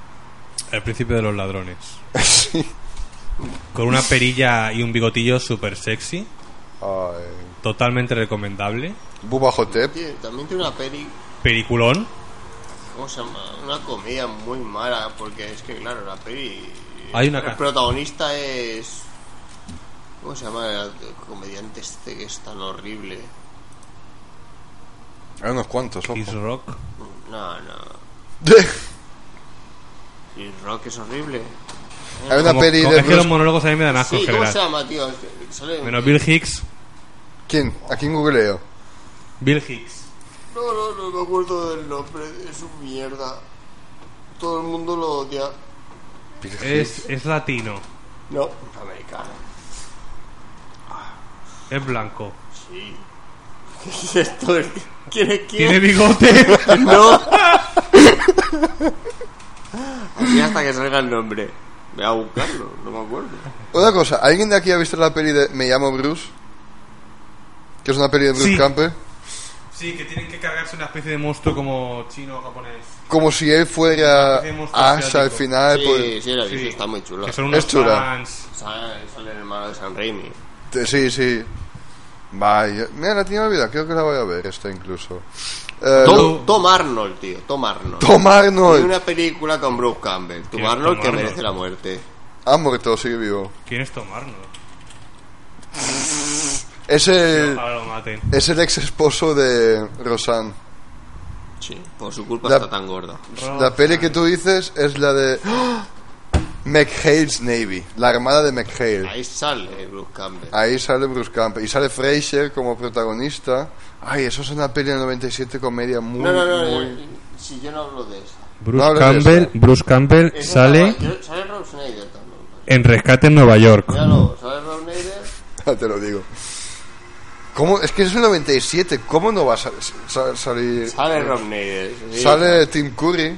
Speaker 3: El principio de los ladrones.
Speaker 4: Sí.
Speaker 3: Con una perilla y un bigotillo súper sexy.
Speaker 4: Ay.
Speaker 3: Totalmente recomendable.
Speaker 4: Bubba Hotep.
Speaker 5: Tiene- también tiene una peli,
Speaker 3: Peliculón.
Speaker 5: ¿cómo se llama? Una comedia muy mala, porque es que, claro, la peli.
Speaker 3: Hay una
Speaker 5: El
Speaker 3: ca-
Speaker 5: protagonista es. ¿Cómo se llama el comediante este que es tan horrible?
Speaker 4: Hay unos cuantos, ojo.
Speaker 3: Kiss Rock.
Speaker 5: No, no. Y Rock es horrible.
Speaker 4: Hay una
Speaker 3: Como-
Speaker 4: peli
Speaker 3: co-
Speaker 4: de
Speaker 3: es que los
Speaker 4: Bruce...
Speaker 3: monólogos a mí me dan asco en
Speaker 5: Sí, ¿cómo
Speaker 3: Ah, general.
Speaker 5: se llama, tío? Es que sale-
Speaker 3: Menos Bill Hicks.
Speaker 4: ¿Quién? ¿A quién googleo?
Speaker 3: Bill Hicks.
Speaker 5: No, no, no me acuerdo del nombre, es un mierda. Todo el mundo lo odia.
Speaker 3: Es, es latino.
Speaker 5: No, americano.
Speaker 3: Es blanco.
Speaker 5: Sí. ¿Qué es esto? ¿Quién es
Speaker 3: Tiene
Speaker 5: quién?
Speaker 3: bigote.
Speaker 5: No. Aquí hasta que salga el nombre. Voy a buscarlo, no me acuerdo.
Speaker 4: Una cosa, ¿alguien de aquí ha visto la peli de Me llamo Bruce? que es una peli de Bruce
Speaker 3: Sí.
Speaker 4: Campbell,
Speaker 3: Sí, que tienen que cargarse una especie de monstruo como chino o japonés.
Speaker 4: como si él fuera
Speaker 3: Parece monstruo
Speaker 4: Ash
Speaker 3: asiático.
Speaker 4: al final.
Speaker 5: Sí,
Speaker 4: pues-
Speaker 5: sí, la he visto,
Speaker 3: Ah, Sí.
Speaker 5: está muy chula.
Speaker 3: Que son unos
Speaker 4: Es chula.
Speaker 3: fans.
Speaker 5: Sale, sale el hermano de San Raimi.
Speaker 4: Te- Sí, sí. Vaya. Mira, la tenía olvidada. Creo que la voy a ver esta incluso. Eh,
Speaker 5: Tom, Tom Arnold, tío, Tom Arnold.
Speaker 4: Tom
Speaker 5: Tiene
Speaker 4: Arnold.
Speaker 5: una película con Bruce Campbell. Tom
Speaker 3: ¿Quién es
Speaker 5: Arnold
Speaker 3: Tom
Speaker 5: que
Speaker 3: Arnold?
Speaker 5: merece la muerte.
Speaker 4: Ha muerto, sigue vivo.
Speaker 3: ¿Quieres tomarlo?
Speaker 4: Es el,
Speaker 3: Ahora lo maten.
Speaker 4: es el ex esposo de Rosanne.
Speaker 5: Sí. Por su culpa
Speaker 4: La-
Speaker 5: está tan gorda.
Speaker 4: La peli que tú dices es la de McHale's Navy, la armada de McHale.
Speaker 5: Ahí sale Bruce Campbell.
Speaker 4: Ahí sale Bruce Campbell y sale Fraser como protagonista. Ay, eso es una peli de 97 comedia muy
Speaker 5: No, no, no, no,
Speaker 4: muy
Speaker 5: Si yo no hablo de esa.
Speaker 4: No
Speaker 6: Bruce
Speaker 4: hables de
Speaker 6: Campbell,
Speaker 4: eso.
Speaker 6: Bruce Campbell
Speaker 5: Esa
Speaker 6: sale
Speaker 5: estaba- yo- Sale Rob Schneider también.
Speaker 6: en Rescate en Nueva York.
Speaker 5: Míralo, sale Rob Schneider.
Speaker 4: Ya te lo digo. ¿Cómo? Es que es el 97, ¿cómo no va a sal- sal- salir?
Speaker 5: Sale Rob Schneider. sí.
Speaker 4: Sale Tim Curry.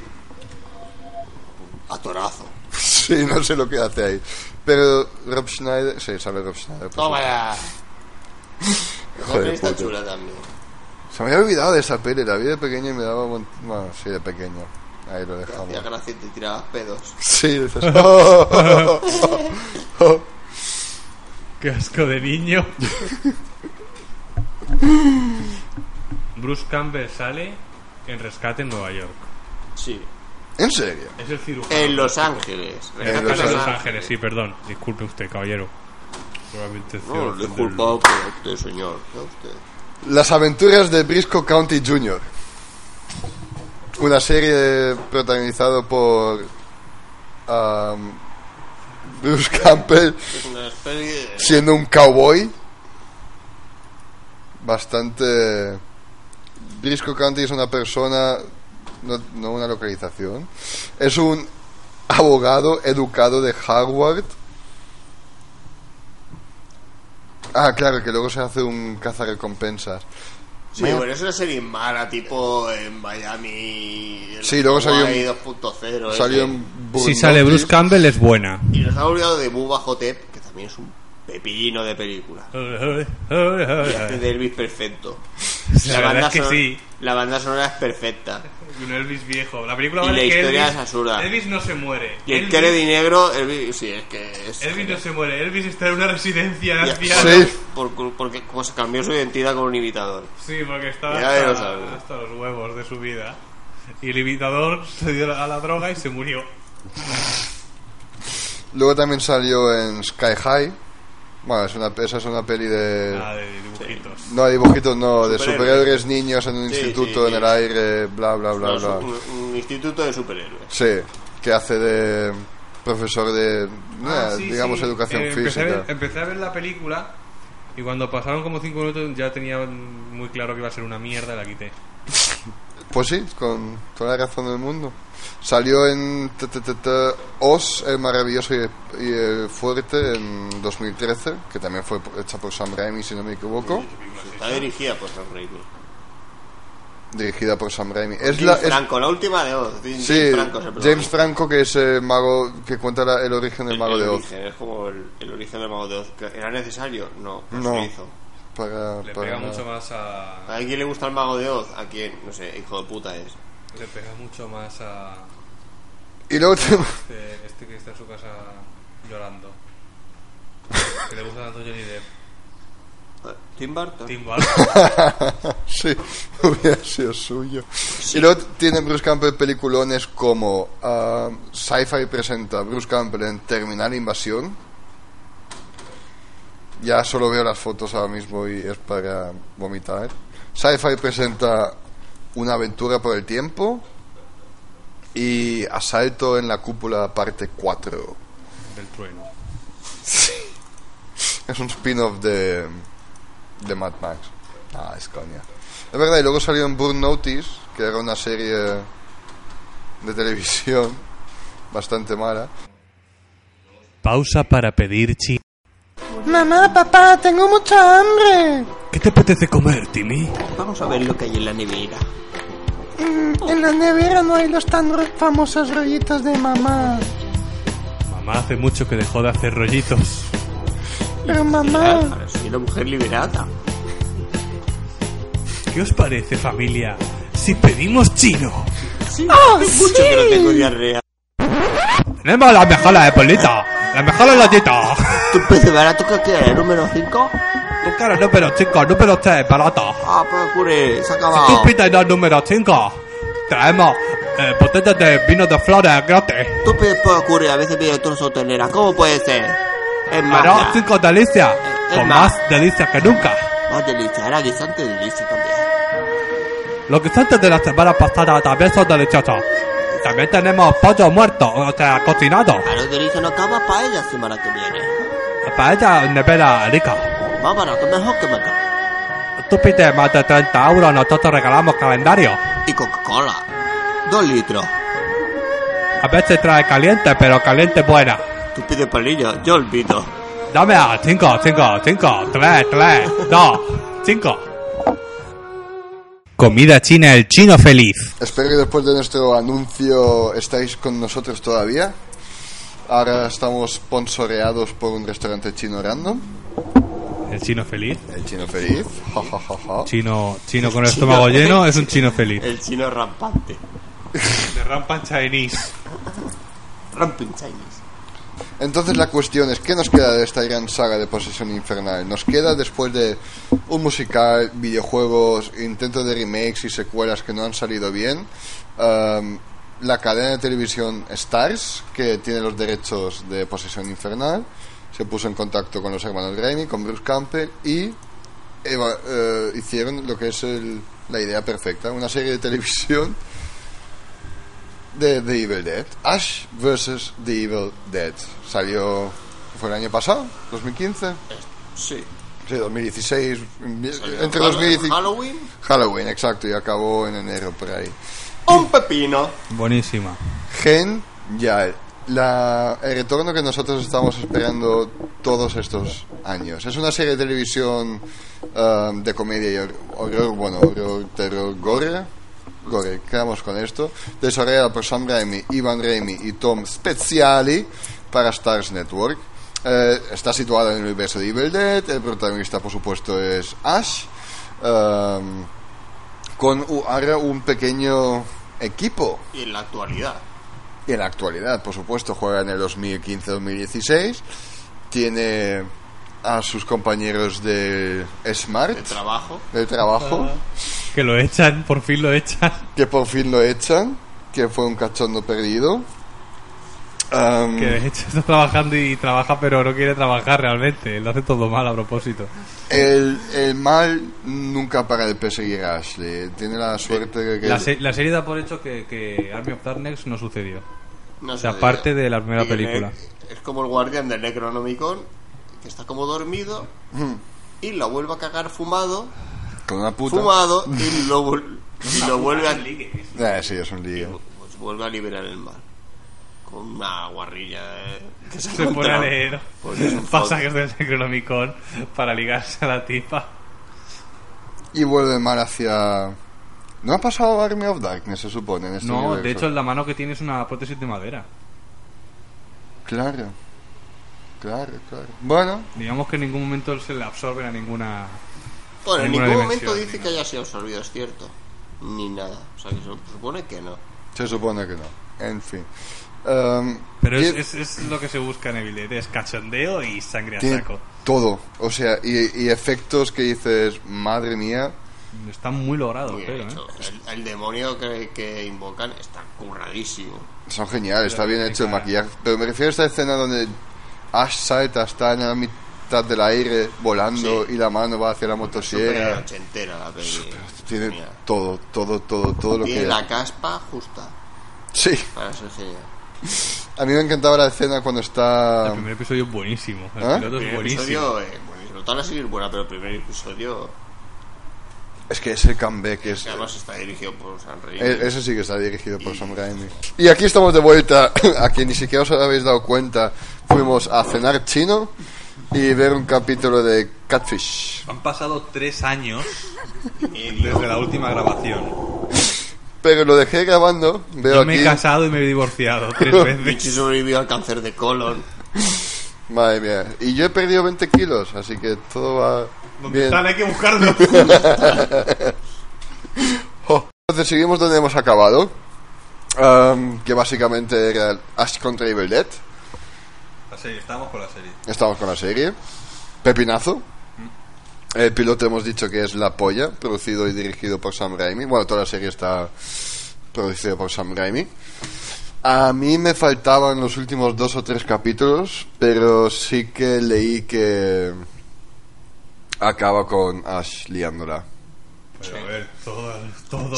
Speaker 5: Atorazo.
Speaker 4: Sí, no sé lo que hace ahí. Pero Rob Schneider, sí, sale Rob Schneider. por
Speaker 5: Toma ya. Esa
Speaker 4: Joder,
Speaker 5: peli está
Speaker 4: puto.
Speaker 5: chula también.
Speaker 4: Se me había olvidado de esa peli, la vi de pequeño y me daba buen... Bueno, sí, de pequeño. Ahí lo dejamos.
Speaker 5: Hacía gracia y te tirabas pedos.
Speaker 4: Sí, dices... "Oh, oh, oh, oh, oh".
Speaker 3: Qué asco de niño. Bruce Campbell sale en Rescate en Nueva York.
Speaker 5: Sí.
Speaker 4: ¿En serio?
Speaker 3: Es el cirujano.
Speaker 5: En Los Ángeles.
Speaker 3: En
Speaker 4: En
Speaker 3: Rescate
Speaker 4: Los
Speaker 3: en Eh, Los Ángeles, sí, perdón. Disculpe usted, caballero. Probablemente
Speaker 5: No, lo
Speaker 3: sea-
Speaker 5: he culpado por usted, señor. ¿no? usted?
Speaker 4: Las aventuras de Briscoe County Jr. Una serie protagonizada por... um, Bruce Campbell
Speaker 5: Es una peli de-
Speaker 4: siendo un cowboy. Bastante... Briscoe County es una persona, no, no una localización. Es un abogado educado de Harvard. Ah, claro, que luego se hace un cazarrecompensas.
Speaker 5: Sí, bueno, es una serie mala, tipo en Miami. en
Speaker 4: Sí, luego salió
Speaker 5: Hawaii
Speaker 4: en-
Speaker 5: 2.0.
Speaker 4: Salió
Speaker 5: ese.
Speaker 4: en
Speaker 3: Si
Speaker 4: Burnout
Speaker 3: sale Bruce
Speaker 4: Trip.
Speaker 3: Campbell es buena.
Speaker 5: Y nos ha olvidado de Bubba Hotep, que también es un pepino de película. Y hace
Speaker 3: La
Speaker 5: de Elvis perfecto.
Speaker 3: verdad es que
Speaker 5: sonora,
Speaker 3: sí.
Speaker 5: la banda sonora es perfecta.
Speaker 3: Y un Elvis viejo. La película
Speaker 5: Y
Speaker 3: vale
Speaker 5: la
Speaker 3: que
Speaker 5: historia
Speaker 3: Elvis,
Speaker 5: es absurda.
Speaker 3: Elvis no se muere.
Speaker 5: Y el
Speaker 3: Elvis-
Speaker 5: Kennedy negro, Elvis, sí, es que es.
Speaker 3: Elvis no se muere. Elvis está en una residencia de
Speaker 5: Ya,
Speaker 3: ancianos.
Speaker 4: Sí.
Speaker 5: por cul- porque como se cambió su identidad con un imitador.
Speaker 3: Sí, porque estaba
Speaker 5: Ya lo
Speaker 3: hasta,
Speaker 5: sabes.
Speaker 3: hasta los huevos de su vida. Y el imitador se dio a la droga y se murió.
Speaker 4: Luego también salió en Sky High. Bueno, es una, esa es una peli de...
Speaker 3: Ah, de dibujitos.
Speaker 4: No, de dibujitos no, de
Speaker 5: Superhéroes.
Speaker 4: superhéroes niños en un
Speaker 5: Sí, sí,
Speaker 4: instituto, en
Speaker 5: sí.
Speaker 4: el aire, bla, bla, bla,
Speaker 5: Es
Speaker 4: bla.
Speaker 5: un, un instituto de superhéroes.
Speaker 4: Sí, que hace de profesor de,
Speaker 3: Ah,
Speaker 4: eh,
Speaker 3: sí,
Speaker 4: digamos,
Speaker 3: sí.
Speaker 4: educación
Speaker 3: Eh, empecé a ver-
Speaker 4: física.
Speaker 3: empecé a ver la película y cuando pasaron como 5 minutos ya tenía muy claro que iba a ser una mierda y la quité.
Speaker 4: Pues sí, con toda la razón del mundo. Salió en t- t- t- t- Oz, el maravilloso y el, y el fuerte, en 2013, que también fue hecha por Sam Raimi, si no me equivoco.
Speaker 5: Está dirigida por Sam Raimi.
Speaker 4: Dirigida por Sam Raimi. Es
Speaker 5: James
Speaker 4: la, es-
Speaker 5: Franco, la última de Oz. James
Speaker 4: sí,
Speaker 5: Franco es el
Speaker 4: James
Speaker 5: protagonista.
Speaker 4: Franco, que es el mago que cuenta la- el origen del mago
Speaker 5: El
Speaker 4: de Oz.
Speaker 5: origen, es como el, el origen del mago de Oz. ¿Que ¿Era necesario? No, pues
Speaker 4: No.
Speaker 5: se hizo.
Speaker 4: Para,
Speaker 3: Le
Speaker 4: para-
Speaker 3: pega mucho más a.
Speaker 5: ¿A quién le gusta el mago de Oz? ¿A quién? No sé, hijo de puta es.
Speaker 3: Le pega mucho más a.
Speaker 4: Y luego tenemos-
Speaker 3: Este, este que está en su casa llorando. Que le gusta tanto Johnny Depp.
Speaker 5: Tim Burton.
Speaker 3: Tim Burton.
Speaker 4: Sí, hubiera sido suyo. Y luego tiene Bruce Campbell peliculones como ah, Sci-Fi presenta Bruce Campbell en Terminal Invasión. Ya solo veo las fotos ahora mismo y es para vomitar. Sci-Fi presenta Una aventura por el tiempo y Asalto en la cúpula parte 4.
Speaker 3: Del trueno.
Speaker 4: Es un spin-off de, de Mad Max. Ah, es coña. Es verdad, y luego salió en Burn Notice, que era una serie de televisión bastante mala.
Speaker 3: Pausa para pedir chi.
Speaker 7: Mamá, papá, tengo mucha hambre.
Speaker 3: ¿Qué te apetece comer, Timmy?
Speaker 5: Vamos a ver lo que hay en la nevera.
Speaker 7: Mm, en la nevera no hay los tan ro- famosos rollitos de mamá.
Speaker 3: Mamá hace mucho que dejó de hacer rollitos.
Speaker 7: Pero mamá,
Speaker 5: Ahora soy una mujer liberada.
Speaker 3: ¿Qué os parece, familia? Si pedimos chino.
Speaker 5: Mucho que no tengo diarrea.
Speaker 3: Tenemos las mejoras de polita. Las mejoras de latita.
Speaker 5: ¿Tu PC barato que quieres? ¿Número 5?
Speaker 3: Tú quieres número 5, número 3, barata.
Speaker 5: Ah, pues cure, se ha
Speaker 3: Si tú
Speaker 5: acabado.
Speaker 3: pides el número 5, traemos eh, botellas de vino de flores gratis.
Speaker 5: Tú pides por cure, a veces pides torso tenera. ¿Cómo puede ser? Es más,
Speaker 3: Pero
Speaker 5: ya.
Speaker 3: 5 delicias,
Speaker 5: Es
Speaker 3: con
Speaker 5: más.
Speaker 3: más delicias que nunca.
Speaker 5: más delicia, era guisante delicia también.
Speaker 3: Los guisantes de la semana pasada también son deliciosos. También tenemos pollo muerto, o sea, cocinado.
Speaker 5: Claro, delicia no acaba para ella semana que viene.
Speaker 3: Para ella, nevera rica.
Speaker 5: Más barato, mejor que me acaba.
Speaker 3: Tú pides más de 30 euros, nosotros regalamos calendario.
Speaker 5: Y Coca-Cola, dos litros.
Speaker 3: A veces trae caliente, pero caliente buena.
Speaker 5: Tú pides palillo, yo olvido.
Speaker 3: Dame a 5, 5, 5, 3, 3, 2, 5. Comida china, el chino feliz.
Speaker 4: Espero que después de nuestro anuncio estáis con nosotros todavía. Ahora estamos sponsoreados por un restaurante chino random,
Speaker 3: ¿El chino feliz?
Speaker 4: el chino feliz. Ja, ja, ja, ja.
Speaker 3: Chino, chino con el estómago lleno es un chino feliz.
Speaker 5: El chino rampante.
Speaker 3: De rampan Chinese.
Speaker 5: Ramping Chinese.
Speaker 4: Entonces la cuestión es, ¿qué nos queda de esta gran saga de Posesión Infernal? Nos queda después de un musical, videojuegos, intentos de remakes y secuelas que no han salido bien, um, la cadena de televisión Stars, que tiene los derechos de Posesión Infernal, se puso en contacto con los hermanos Raimi, con Bruce Campbell y eva- eh, hicieron lo que es el- la idea perfecta, una serie de televisión de The Evil Dead. Ash vs. The Evil Dead. Salió. ¿Fue el año pasado? ¿2015?
Speaker 5: Sí.
Speaker 4: Sí, 2016. Entre
Speaker 5: Halloween.
Speaker 4: 2015.
Speaker 5: Halloween.
Speaker 4: Halloween, exacto, y acabó en enero por ahí.
Speaker 5: Un pepino.
Speaker 3: Buenísima.
Speaker 4: Genial. La, el retorno que nosotros estamos esperando todos estos años. Es una serie de televisión um, de comedia y hor- horror, bueno, horror, terror, gore. Gore, quedamos con esto. Desarrollada por Sam Raimi, Ivan Raimi y Tom Speziali para Stars Network. Eh, está situada en el universo de Evil Dead. El protagonista, por supuesto, es Ash. Um, con u- ahora un pequeño equipo
Speaker 5: Y en la actualidad.
Speaker 4: y en la actualidad, por supuesto, juega en el 2015-2016. Tiene a sus compañeros de Smart,
Speaker 5: De trabajo.
Speaker 4: del trabajo,
Speaker 3: Que lo echan, por fin lo echan.
Speaker 4: que por fin lo echan, que fue un cachondo perdido. Am,
Speaker 3: Que de hecho está trabajando y trabaja, pero no quiere trabajar realmente. Lo hace todo mal a propósito.
Speaker 4: el, el mal nunca para de perseguir a Ashley. Tiene la suerte de que...
Speaker 3: La, se- la serie da por hecho que, que Army of Darkness no sucedió.
Speaker 5: No
Speaker 3: O sea,
Speaker 5: sé,
Speaker 3: aparte
Speaker 5: eh,
Speaker 3: de la primera
Speaker 5: y que
Speaker 3: película.
Speaker 5: ne- Es como el guardián del Necronomicon, que está como dormido y lo vuelve a cagar fumado,
Speaker 4: con una puta...
Speaker 5: fumado y lo, vuel- y lo vuelve a
Speaker 4: Eh, sí, es un lío.
Speaker 5: pues vuelve a liberar el mar. Con una guarrilla eh, que
Speaker 3: Se pone a
Speaker 5: encontrado.
Speaker 3: leer
Speaker 5: Pues es un
Speaker 3: pasajes del Necronomicon para ligarse a la tipa.
Speaker 4: Y vuelve mal hacia... No ha pasado Army of Darkness, se supone, en este
Speaker 3: No, de
Speaker 4: universo.
Speaker 3: hecho en la mano que tiene es una prótesis de madera.
Speaker 4: Claro, claro, claro. Bueno,
Speaker 3: Digamos que en ningún momento se le absorben a ninguna...
Speaker 5: Bueno, en
Speaker 3: Ninguna
Speaker 5: ningún
Speaker 3: dimensión,
Speaker 5: momento dice
Speaker 3: ninguna.
Speaker 5: que haya sido absorbido, es cierto. Ni nada. O sea, que se supone que no.
Speaker 4: se supone que no. En fin. Em,
Speaker 3: Pero es,
Speaker 4: tie-
Speaker 3: es- es lo que se busca en el billete, es cachondeo y sangre a
Speaker 4: tiene
Speaker 3: saco.
Speaker 4: todo. O sea, y, y efectos que dices, madre mía.
Speaker 3: Está muy logrado,
Speaker 5: Muy
Speaker 3: pero, ¿eh?
Speaker 5: bien hecho. El, el demonio que, que invocan está curradísimo.
Speaker 4: Son geniales, está bien hecho el maquillaje. Pero me refiero a esta escena donde Ash salta, está en la mitad del aire volando
Speaker 5: Sí.
Speaker 4: y la mano va hacia la
Speaker 5: Súper
Speaker 4: motosierra.
Speaker 5: ochentera la peli.
Speaker 4: Tiene
Speaker 5: Mira.
Speaker 4: todo, todo, todo, todo lo
Speaker 5: Tiene
Speaker 4: que...
Speaker 5: la caspa justa
Speaker 4: Sí,
Speaker 5: para ser genial.
Speaker 4: a mí me encantaba la escena cuando
Speaker 3: El
Speaker 4: está...
Speaker 3: primer episodio es buenísimo. El
Speaker 4: ¿Ah?
Speaker 5: El
Speaker 3: piloto es
Speaker 5: primer
Speaker 3: buenísimo.
Speaker 5: episodio, eh, buenísimo. Toda la serie es buena, pero el primer episodio,
Speaker 4: Es que ese comeback es...
Speaker 5: que además está dirigido por San Rey.
Speaker 4: E- Ese sí que está dirigido por Sam Raimi. Y aquí estamos de vuelta, a quien ni siquiera os habéis dado cuenta, fuimos a cenar chino y ver un capítulo de Catfish.
Speaker 3: Han pasado tres años desde la última grabación.
Speaker 4: Pero lo dejé grabando, veo
Speaker 3: Yo me
Speaker 4: aquí...
Speaker 3: he casado y me he divorciado tres veces.
Speaker 5: Richie sobrevivió al cáncer de colon.
Speaker 4: Madre mía. Y yo he perdido 20 kilos, así que todo va
Speaker 3: ¿Dónde
Speaker 4: bien.
Speaker 3: están? Hay que buscarlo.
Speaker 4: Entonces seguimos donde hemos acabado. Am, que básicamente era el Ash contra Evil Dead.
Speaker 3: La serie, estábamos con la serie.
Speaker 4: Estamos con la serie. Pepinazo. El piloto hemos dicho que es La Polla, producido y dirigido por Sam Raimi. Bueno, toda la serie está producida por Sam Raimi. A mí me faltaban los últimos dos o tres capítulos, pero sí que leí que acaba con Ash liándola.
Speaker 3: Pero a ver, todo, todo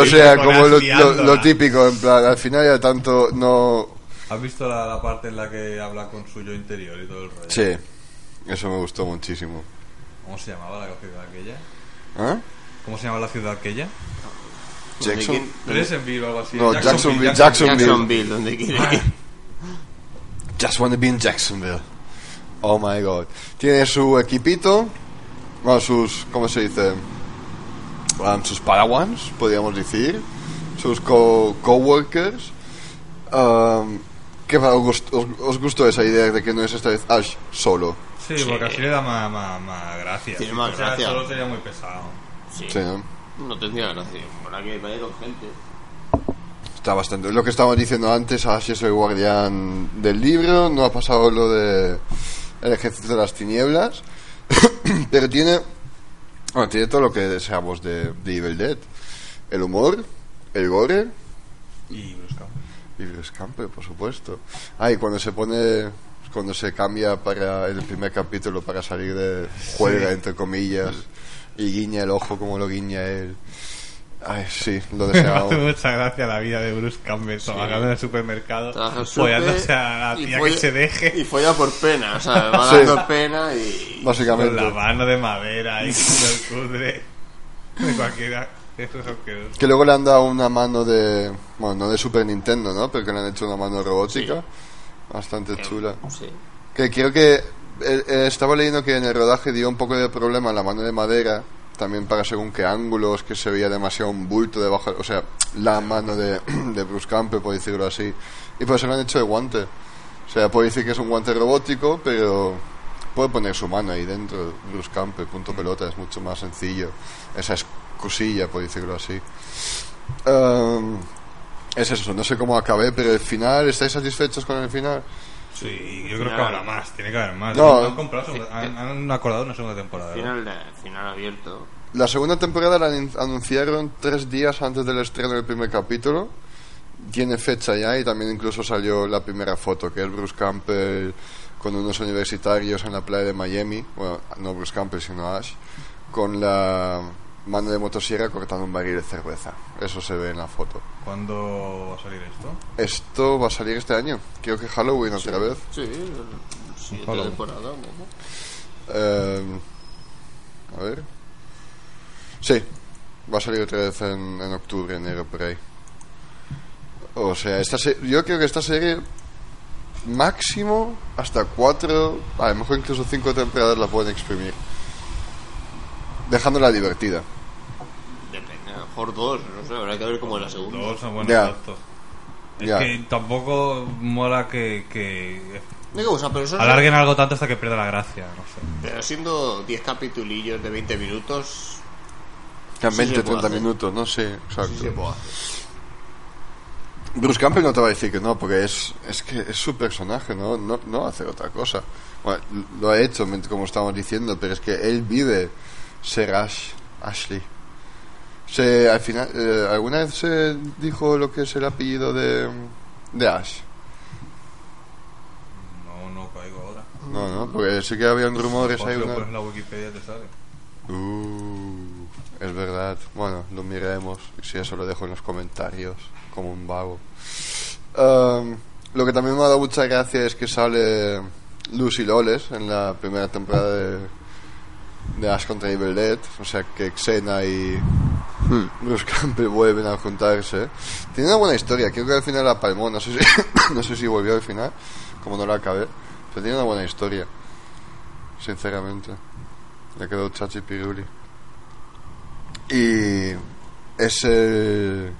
Speaker 4: O sea, como lo, lo- lo típico, en plan, al final ya tanto no...
Speaker 3: ¿Has visto la, la parte en la que habla con su yo interior y todo el rollo?
Speaker 4: Sí, eso me gustó muchísimo.
Speaker 3: ¿Cómo se llamaba la ciudad aquella?
Speaker 4: ¿Eh?
Speaker 3: ¿Cómo se llamaba la ciudad aquella?
Speaker 4: Jackson.
Speaker 3: Pleasantville o algo así.
Speaker 4: No, Jacksonville, Jacksonville.
Speaker 5: Jacksonville, donde quiere ir.
Speaker 4: Just wanna be in Jacksonville. Oh my god. Tiene su equipito. Bueno, sus. ¿Cómo se dice? Um, sus paraguas, podríamos decir. Sus co- coworkers. Um, ¿Qué va? ¿Os, gust- os, os gustó esa idea de que no es esta vez Ash solo?
Speaker 3: Sí, porque así le da más, más, más gracia.
Speaker 5: Tiene más
Speaker 3: o sea,
Speaker 5: gracia.
Speaker 3: solo sería muy pesado.
Speaker 5: Sí.
Speaker 4: Sí, ¿no?
Speaker 5: No tendría gracia. Por aquí me vaya con gente.
Speaker 4: Está bastante. Lo que estábamos diciendo antes, Ash es el guardián del libro, no ha pasado lo de el ejército de las tinieblas, pero tiene, bueno, tiene todo lo que deseamos de, de Evil Dead: el humor, el gore
Speaker 3: Y buscamos.
Speaker 4: y el escampe, por supuesto. Ah, y cuando se pone, cuando se cambia para el primer capítulo para salir de juega, entre comillas, y guiña el ojo como lo guiña él. Ay, sí, lo
Speaker 3: Me hace
Speaker 4: deseamos.
Speaker 3: mucha gracia la vida de Bruce Campbell trabajando en el supermercado,
Speaker 5: Trabaja en
Speaker 3: follándose
Speaker 5: súper
Speaker 3: a la
Speaker 5: y
Speaker 3: tía que
Speaker 5: folla-
Speaker 3: se deje
Speaker 5: Y folla por pena, o sea, va
Speaker 4: Sí.
Speaker 5: dando pena y.
Speaker 4: Básicamente.
Speaker 3: con la mano de madera y con el cudre de cualquiera. Eso es asqueroso.
Speaker 4: Que luego le han dado una mano de. Bueno, no de Super Nintendo, ¿no? Pero que le han hecho una mano robótica. Bastante chula.
Speaker 5: Sí.
Speaker 4: Que creo que. eh, eh, estaba leyendo que en el rodaje dio un poco de problema la mano de madera. También para según qué ángulos, que se veía demasiado un bulto debajo. O sea, la mano de, de Bruce Campbell, por decirlo así. Y por eso lo han hecho de guante. O sea, puede decir que es un guante robótico, pero puede poner su mano ahí dentro. Bruce Campbell, punto pelota, es mucho más sencillo. Esa es cosilla, por decirlo así. Em, es eso, no sé cómo acabé, pero el final, ¿estáis satisfechos con el final?
Speaker 3: Sí, yo creo que habrá más, tiene que haber más.
Speaker 4: No. eh,
Speaker 3: han, comprado segunda- han, han acordado una segunda temporada. ¿no?
Speaker 5: Final, de- final abierto.
Speaker 4: La segunda temporada la anun- anunciaron tres días antes del estreno del primer capítulo. Tiene fecha ya y también incluso salió la primera foto, que es Bruce Campbell con unos universitarios en la playa de Miami. Bueno, no Bruce Campbell, sino Ash. Con la mano de motosierra cortando un barril de cerveza. Eso se ve en la foto.
Speaker 3: ¿Cuándo va a salir esto?
Speaker 4: Esto va a salir este año. Creo que Halloween otra vez.
Speaker 5: Sí, siguiente
Speaker 3: Ojalá.
Speaker 5: temporada, ¿no?
Speaker 4: Eh, a ver. Sí, va a salir otra vez en, en octubre, enero, por ahí. O sea, esta se- yo creo que esta serie máximo hasta cuatro, a lo mejor incluso cinco temporadas la pueden exprimir. Dejándola divertida.
Speaker 5: Depende, a lo mejor dos, no sé, habrá que ver como la segunda.
Speaker 3: Dos son buenos
Speaker 4: Ya.
Speaker 3: datos. Es
Speaker 4: Ya.
Speaker 3: que tampoco mola que, que
Speaker 5: Digo, o sea, pues, pero eso
Speaker 3: alarguen algo tanto hasta que pierda la gracia. No sé.
Speaker 5: Pero siendo 10 capitulillos de 20 minutos,
Speaker 4: En
Speaker 5: Sí,
Speaker 4: 20,
Speaker 5: se puede
Speaker 4: 30
Speaker 5: hacer.
Speaker 4: minutos, no sé, exacto.
Speaker 5: sí se puede hacer.
Speaker 4: Bruce Campbell no te va a decir que no, porque es, es que es su personaje, ¿no? No, no va a hacer otra cosa. Bueno, lo ha hecho, ment- como estamos diciendo, pero es que él vive ser Ash, Ashley. Se, al final, eh, ¿Alguna vez se dijo lo que es el apellido de, de Ash?
Speaker 3: No, no caigo ahora.
Speaker 4: No, no, porque sí que habían rumores.
Speaker 3: O
Speaker 4: Hay
Speaker 3: si Pues lo
Speaker 4: una-
Speaker 3: pones en la Wikipedia te sale.
Speaker 4: Uh, es verdad. Bueno, lo miraremos. Y Si eso lo dejo en los comentarios, como un vago. Um, lo que también me ha dado mucha gracia es que sale Lucy Loles en la primera temporada de, de Ash contra Evil Dead. O sea que Xena y Bruce Campbell vuelven a juntarse. Tiene una buena historia. Creo que al final la palmó. No sé si, no sé si volvió al final, como no la acabé. Pero tiene una buena historia, sinceramente. Le quedó Chachi Piruli. Y es el-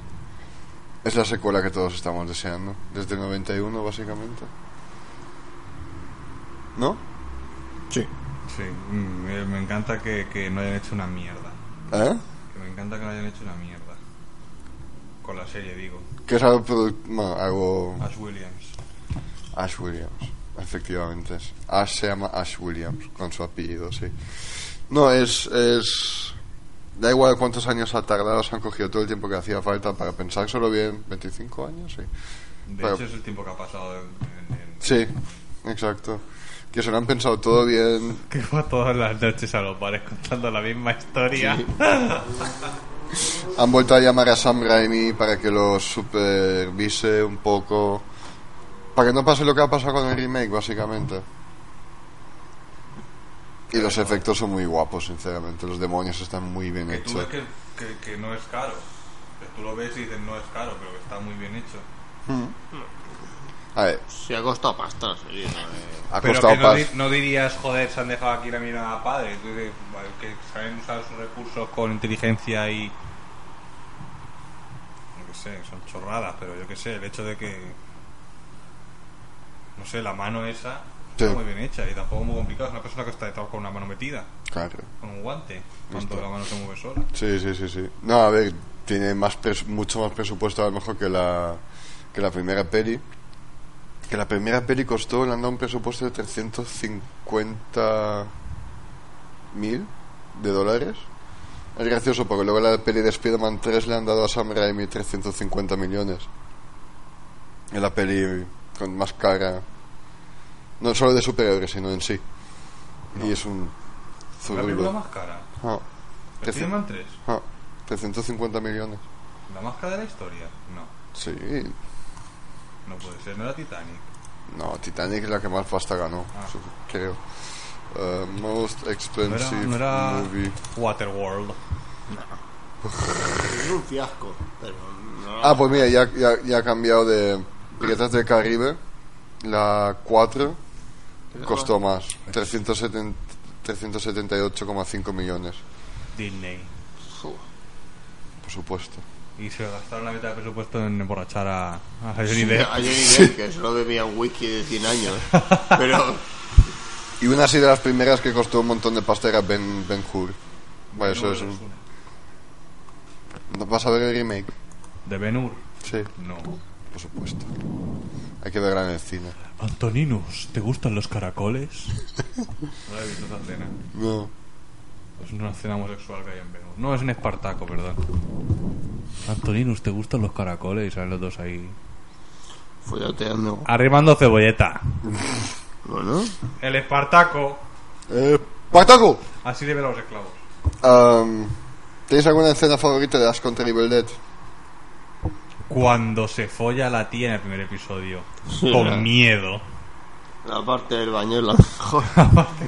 Speaker 4: es la secuela que todos estamos deseando. Desde el 91, básicamente. ¿No?
Speaker 3: Sí, mm, me me encanta que, que no hayan hecho una mierda.
Speaker 4: ¿Eh?
Speaker 3: Que me encanta que no hayan hecho una mierda. con la serie, digo.
Speaker 4: Que es algo, produ- bueno, algo
Speaker 3: Ash Williams.
Speaker 4: Ash Williams, efectivamente. es- Ash se llama Ash Williams, con su apellido, sí. No, es, es... Da igual cuántos años ha tardado, se han cogido todo el tiempo que hacía falta para pensar solo bien. ¿25 años? Sí.
Speaker 3: De
Speaker 4: Pero-
Speaker 3: hecho, es el tiempo que ha pasado en. en- en-
Speaker 4: Sí, exacto. Que se lo han pensado todo bien.
Speaker 3: Que va todas las noches a los bares contando la misma historia.
Speaker 4: Han vuelto a llamar a Sam Raimi para que lo supervise un poco. Para que no pase lo que ha pasado con el remake, básicamente. Y los efectos son muy guapos, sinceramente. Los demonios están muy bien
Speaker 3: Que tú ves
Speaker 4: hechos.
Speaker 3: que, que- que no es caro. Que tú lo ves y dices no es caro, pero que está muy bien hecho.
Speaker 4: A ver,
Speaker 5: Se ha costado pasta la serie. ¿no? Eh,
Speaker 4: ha
Speaker 3: Pero
Speaker 4: costado
Speaker 3: que no,
Speaker 4: paz.
Speaker 3: di- no dirías, joder, se han dejado aquí la mina a padre. Tú dices, "Vale, que saben usar sus recursos con inteligencia y. Yo qué sé, son chorradas, pero yo qué sé, el hecho de que. No sé, la mano esa
Speaker 4: Sí.
Speaker 3: está muy bien hecha y tampoco muy complicado. Es una persona que está detrás con una mano metida,
Speaker 4: Claro.
Speaker 3: con un guante, cuando
Speaker 4: Justo.
Speaker 3: la mano se mueve sola.
Speaker 4: Sí, sí, sí, sí. No, a ver, tiene más pres- mucho más presupuesto a lo mejor que la, que la primera peli. Que la primera peli costó, le han dado un presupuesto de 350 mil de dólares. Es gracioso porque luego la peli de Spider-Man 3 le han dado a Sam Raimi 350 millones. Es la peli con más cara, no solo de superhéroes, sino en sí. Y es un...
Speaker 3: La película
Speaker 4: zurullo.
Speaker 3: más cara.
Speaker 4: Ah, Te-
Speaker 3: Spider-Man 3.
Speaker 4: ah, 350 millones.
Speaker 3: La más cara de la historia. No,
Speaker 4: Sí,
Speaker 3: no puede ser, no era Titanic.
Speaker 4: no, Titanic es la que más pasta ganó,
Speaker 3: Ah.
Speaker 4: su- creo. Uh, most
Speaker 3: No era,
Speaker 4: expensive
Speaker 3: no era
Speaker 4: movie.
Speaker 3: Waterworld.
Speaker 5: Es un fiasco, pero no.
Speaker 4: Ah, pues mira, ya, ya, ya ha cambiado de Piratas del Caribe. La 4 costó más, 370 378,5 millones,
Speaker 3: Disney.
Speaker 5: Joder.
Speaker 4: por supuesto.
Speaker 3: Y se gastaron la mitad del presupuesto en emborrachar a, a Johnny
Speaker 5: Sí,
Speaker 3: Depp.
Speaker 5: a Johnny Depp, que solo bebía un whisky de 100 años. Pero
Speaker 4: Y una así de las primeras que costó un montón de pasta era Ben, ben Hur. Vale, eso es un... ¿Vas a ver el remake?
Speaker 3: De Ben Hur.
Speaker 4: Sí,
Speaker 3: No.
Speaker 4: por supuesto. Hay que verla en el cine.
Speaker 3: Antoninos, ¿te gustan los caracoles? no he visto esa cena.
Speaker 4: No.
Speaker 3: Es una cena homosexual que hay en Ben Hur. No, es en Espartaco, perdón. Antoninos, ¿te gustan los caracoles? Y salen los dos ahí.
Speaker 5: follateando.
Speaker 3: Arrimando cebolleta.
Speaker 5: Bueno,
Speaker 3: El Espartaco.
Speaker 4: Eh, ¡Pactaco!
Speaker 3: Así debe a los esclavos.
Speaker 4: Um, ¿Tenéis alguna escena favorita de Ash contra Evil Dead?
Speaker 3: Cuando se folla la tía en el primer episodio. Con miedo.
Speaker 5: la parte del baño es la mejor.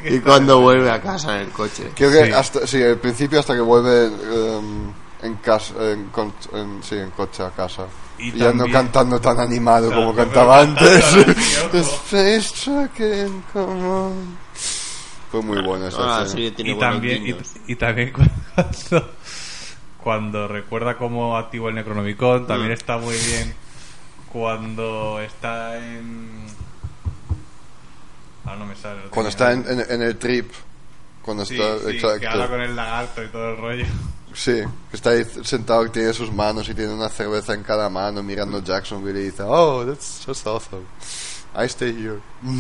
Speaker 5: y cuando vuelve a casa en el coche.
Speaker 4: Creo que
Speaker 3: Sí.
Speaker 4: hasta sí, el principio hasta que vuelve em, en casa, en, con- en- sí, en coche a casa.
Speaker 3: Y
Speaker 4: Y ya no
Speaker 3: también-
Speaker 4: cantando tan animado como
Speaker 3: pero
Speaker 4: cantaba
Speaker 3: cantando
Speaker 4: antes.
Speaker 3: ahora, tío, como-
Speaker 4: Space Truck in common. Fue muy buena esa
Speaker 5: Ahora la
Speaker 4: escena.
Speaker 5: serie Ah, tiene
Speaker 3: y
Speaker 5: buenos
Speaker 3: también, y,
Speaker 5: guiños.
Speaker 3: y también cuando, cuando recuerda cómo activó el Necronomicon,
Speaker 5: Mm.
Speaker 3: también está muy bien cuando está en... Ahora no me sale. lo
Speaker 4: Cuando está
Speaker 3: tenía.
Speaker 4: en, en- en el trip. Cuando
Speaker 3: Sí,
Speaker 4: está.
Speaker 3: sí, que
Speaker 4: exacto.
Speaker 3: habla con el lagarto y todo el rollo.
Speaker 4: Sí, que está ahí sentado y tiene sus manos y tiene una cerveza en cada mano mirando Jacksonville y dice, oh, that's just awesome. I stay here.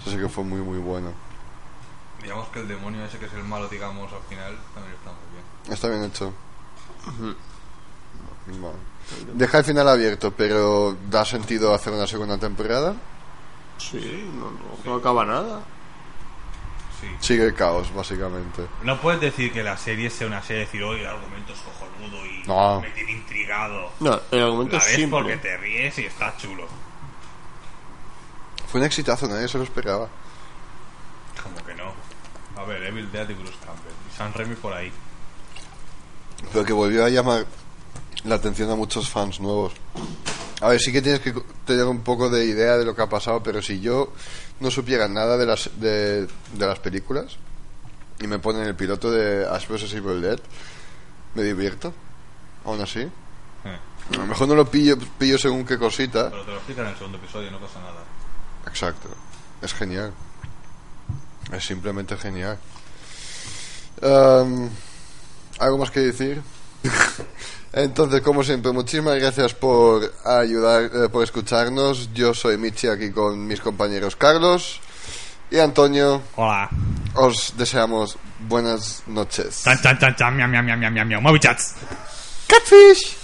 Speaker 4: Eso sí que fue muy, muy bueno.
Speaker 3: Digamos que el demonio ese que es el malo, digamos, al final, también está muy bien.
Speaker 4: Está bien hecho. Bueno. Deja el final abierto, pero ¿da sentido hacer una segunda temporada?
Speaker 5: Sí, no, no, no acaba nada.
Speaker 3: Sí.
Speaker 4: Sigue el caos, básicamente.
Speaker 3: No puedes decir que la serie sea una serie de decir, oye, el argumento es cojonudo y
Speaker 4: No.
Speaker 3: me tiene intrigado.
Speaker 5: No, el argumento
Speaker 3: La
Speaker 5: es
Speaker 3: ves porque
Speaker 5: simple.
Speaker 3: te ríes y está chulo.
Speaker 4: Fue un exitazo, nadie se lo esperaba.
Speaker 3: Como que no. A ver, Evil Dead y Bruce Campbell. Y San Remy por ahí.
Speaker 4: Pero que volvió a llamar la atención a muchos fans nuevos. A ver, sí que tienes que co- tener un poco de idea de lo que ha pasado, pero si yo no supiera nada de las, de, de las películas y me ponen el piloto de Ash vs. Evil Dead, me divierto, aún así.
Speaker 3: Eh.
Speaker 4: A lo mejor no lo pillo, pillo según qué cosita.
Speaker 3: Pero te lo explican en el segundo episodio, no pasa nada.
Speaker 4: Exacto. Es genial. Es simplemente genial. Em, ¿Algo más que decir? Entonces, como siempre, muchísimas gracias por ayudar, eh, por escucharnos. Yo soy Michi aquí con mis compañeros Carlos y Antonio.
Speaker 3: Hola.
Speaker 4: Os deseamos buenas noches.
Speaker 3: Chan, chan, chan, chan, miam, miam, miam, miam, miam, miam. Móvil chats.
Speaker 4: Catfish!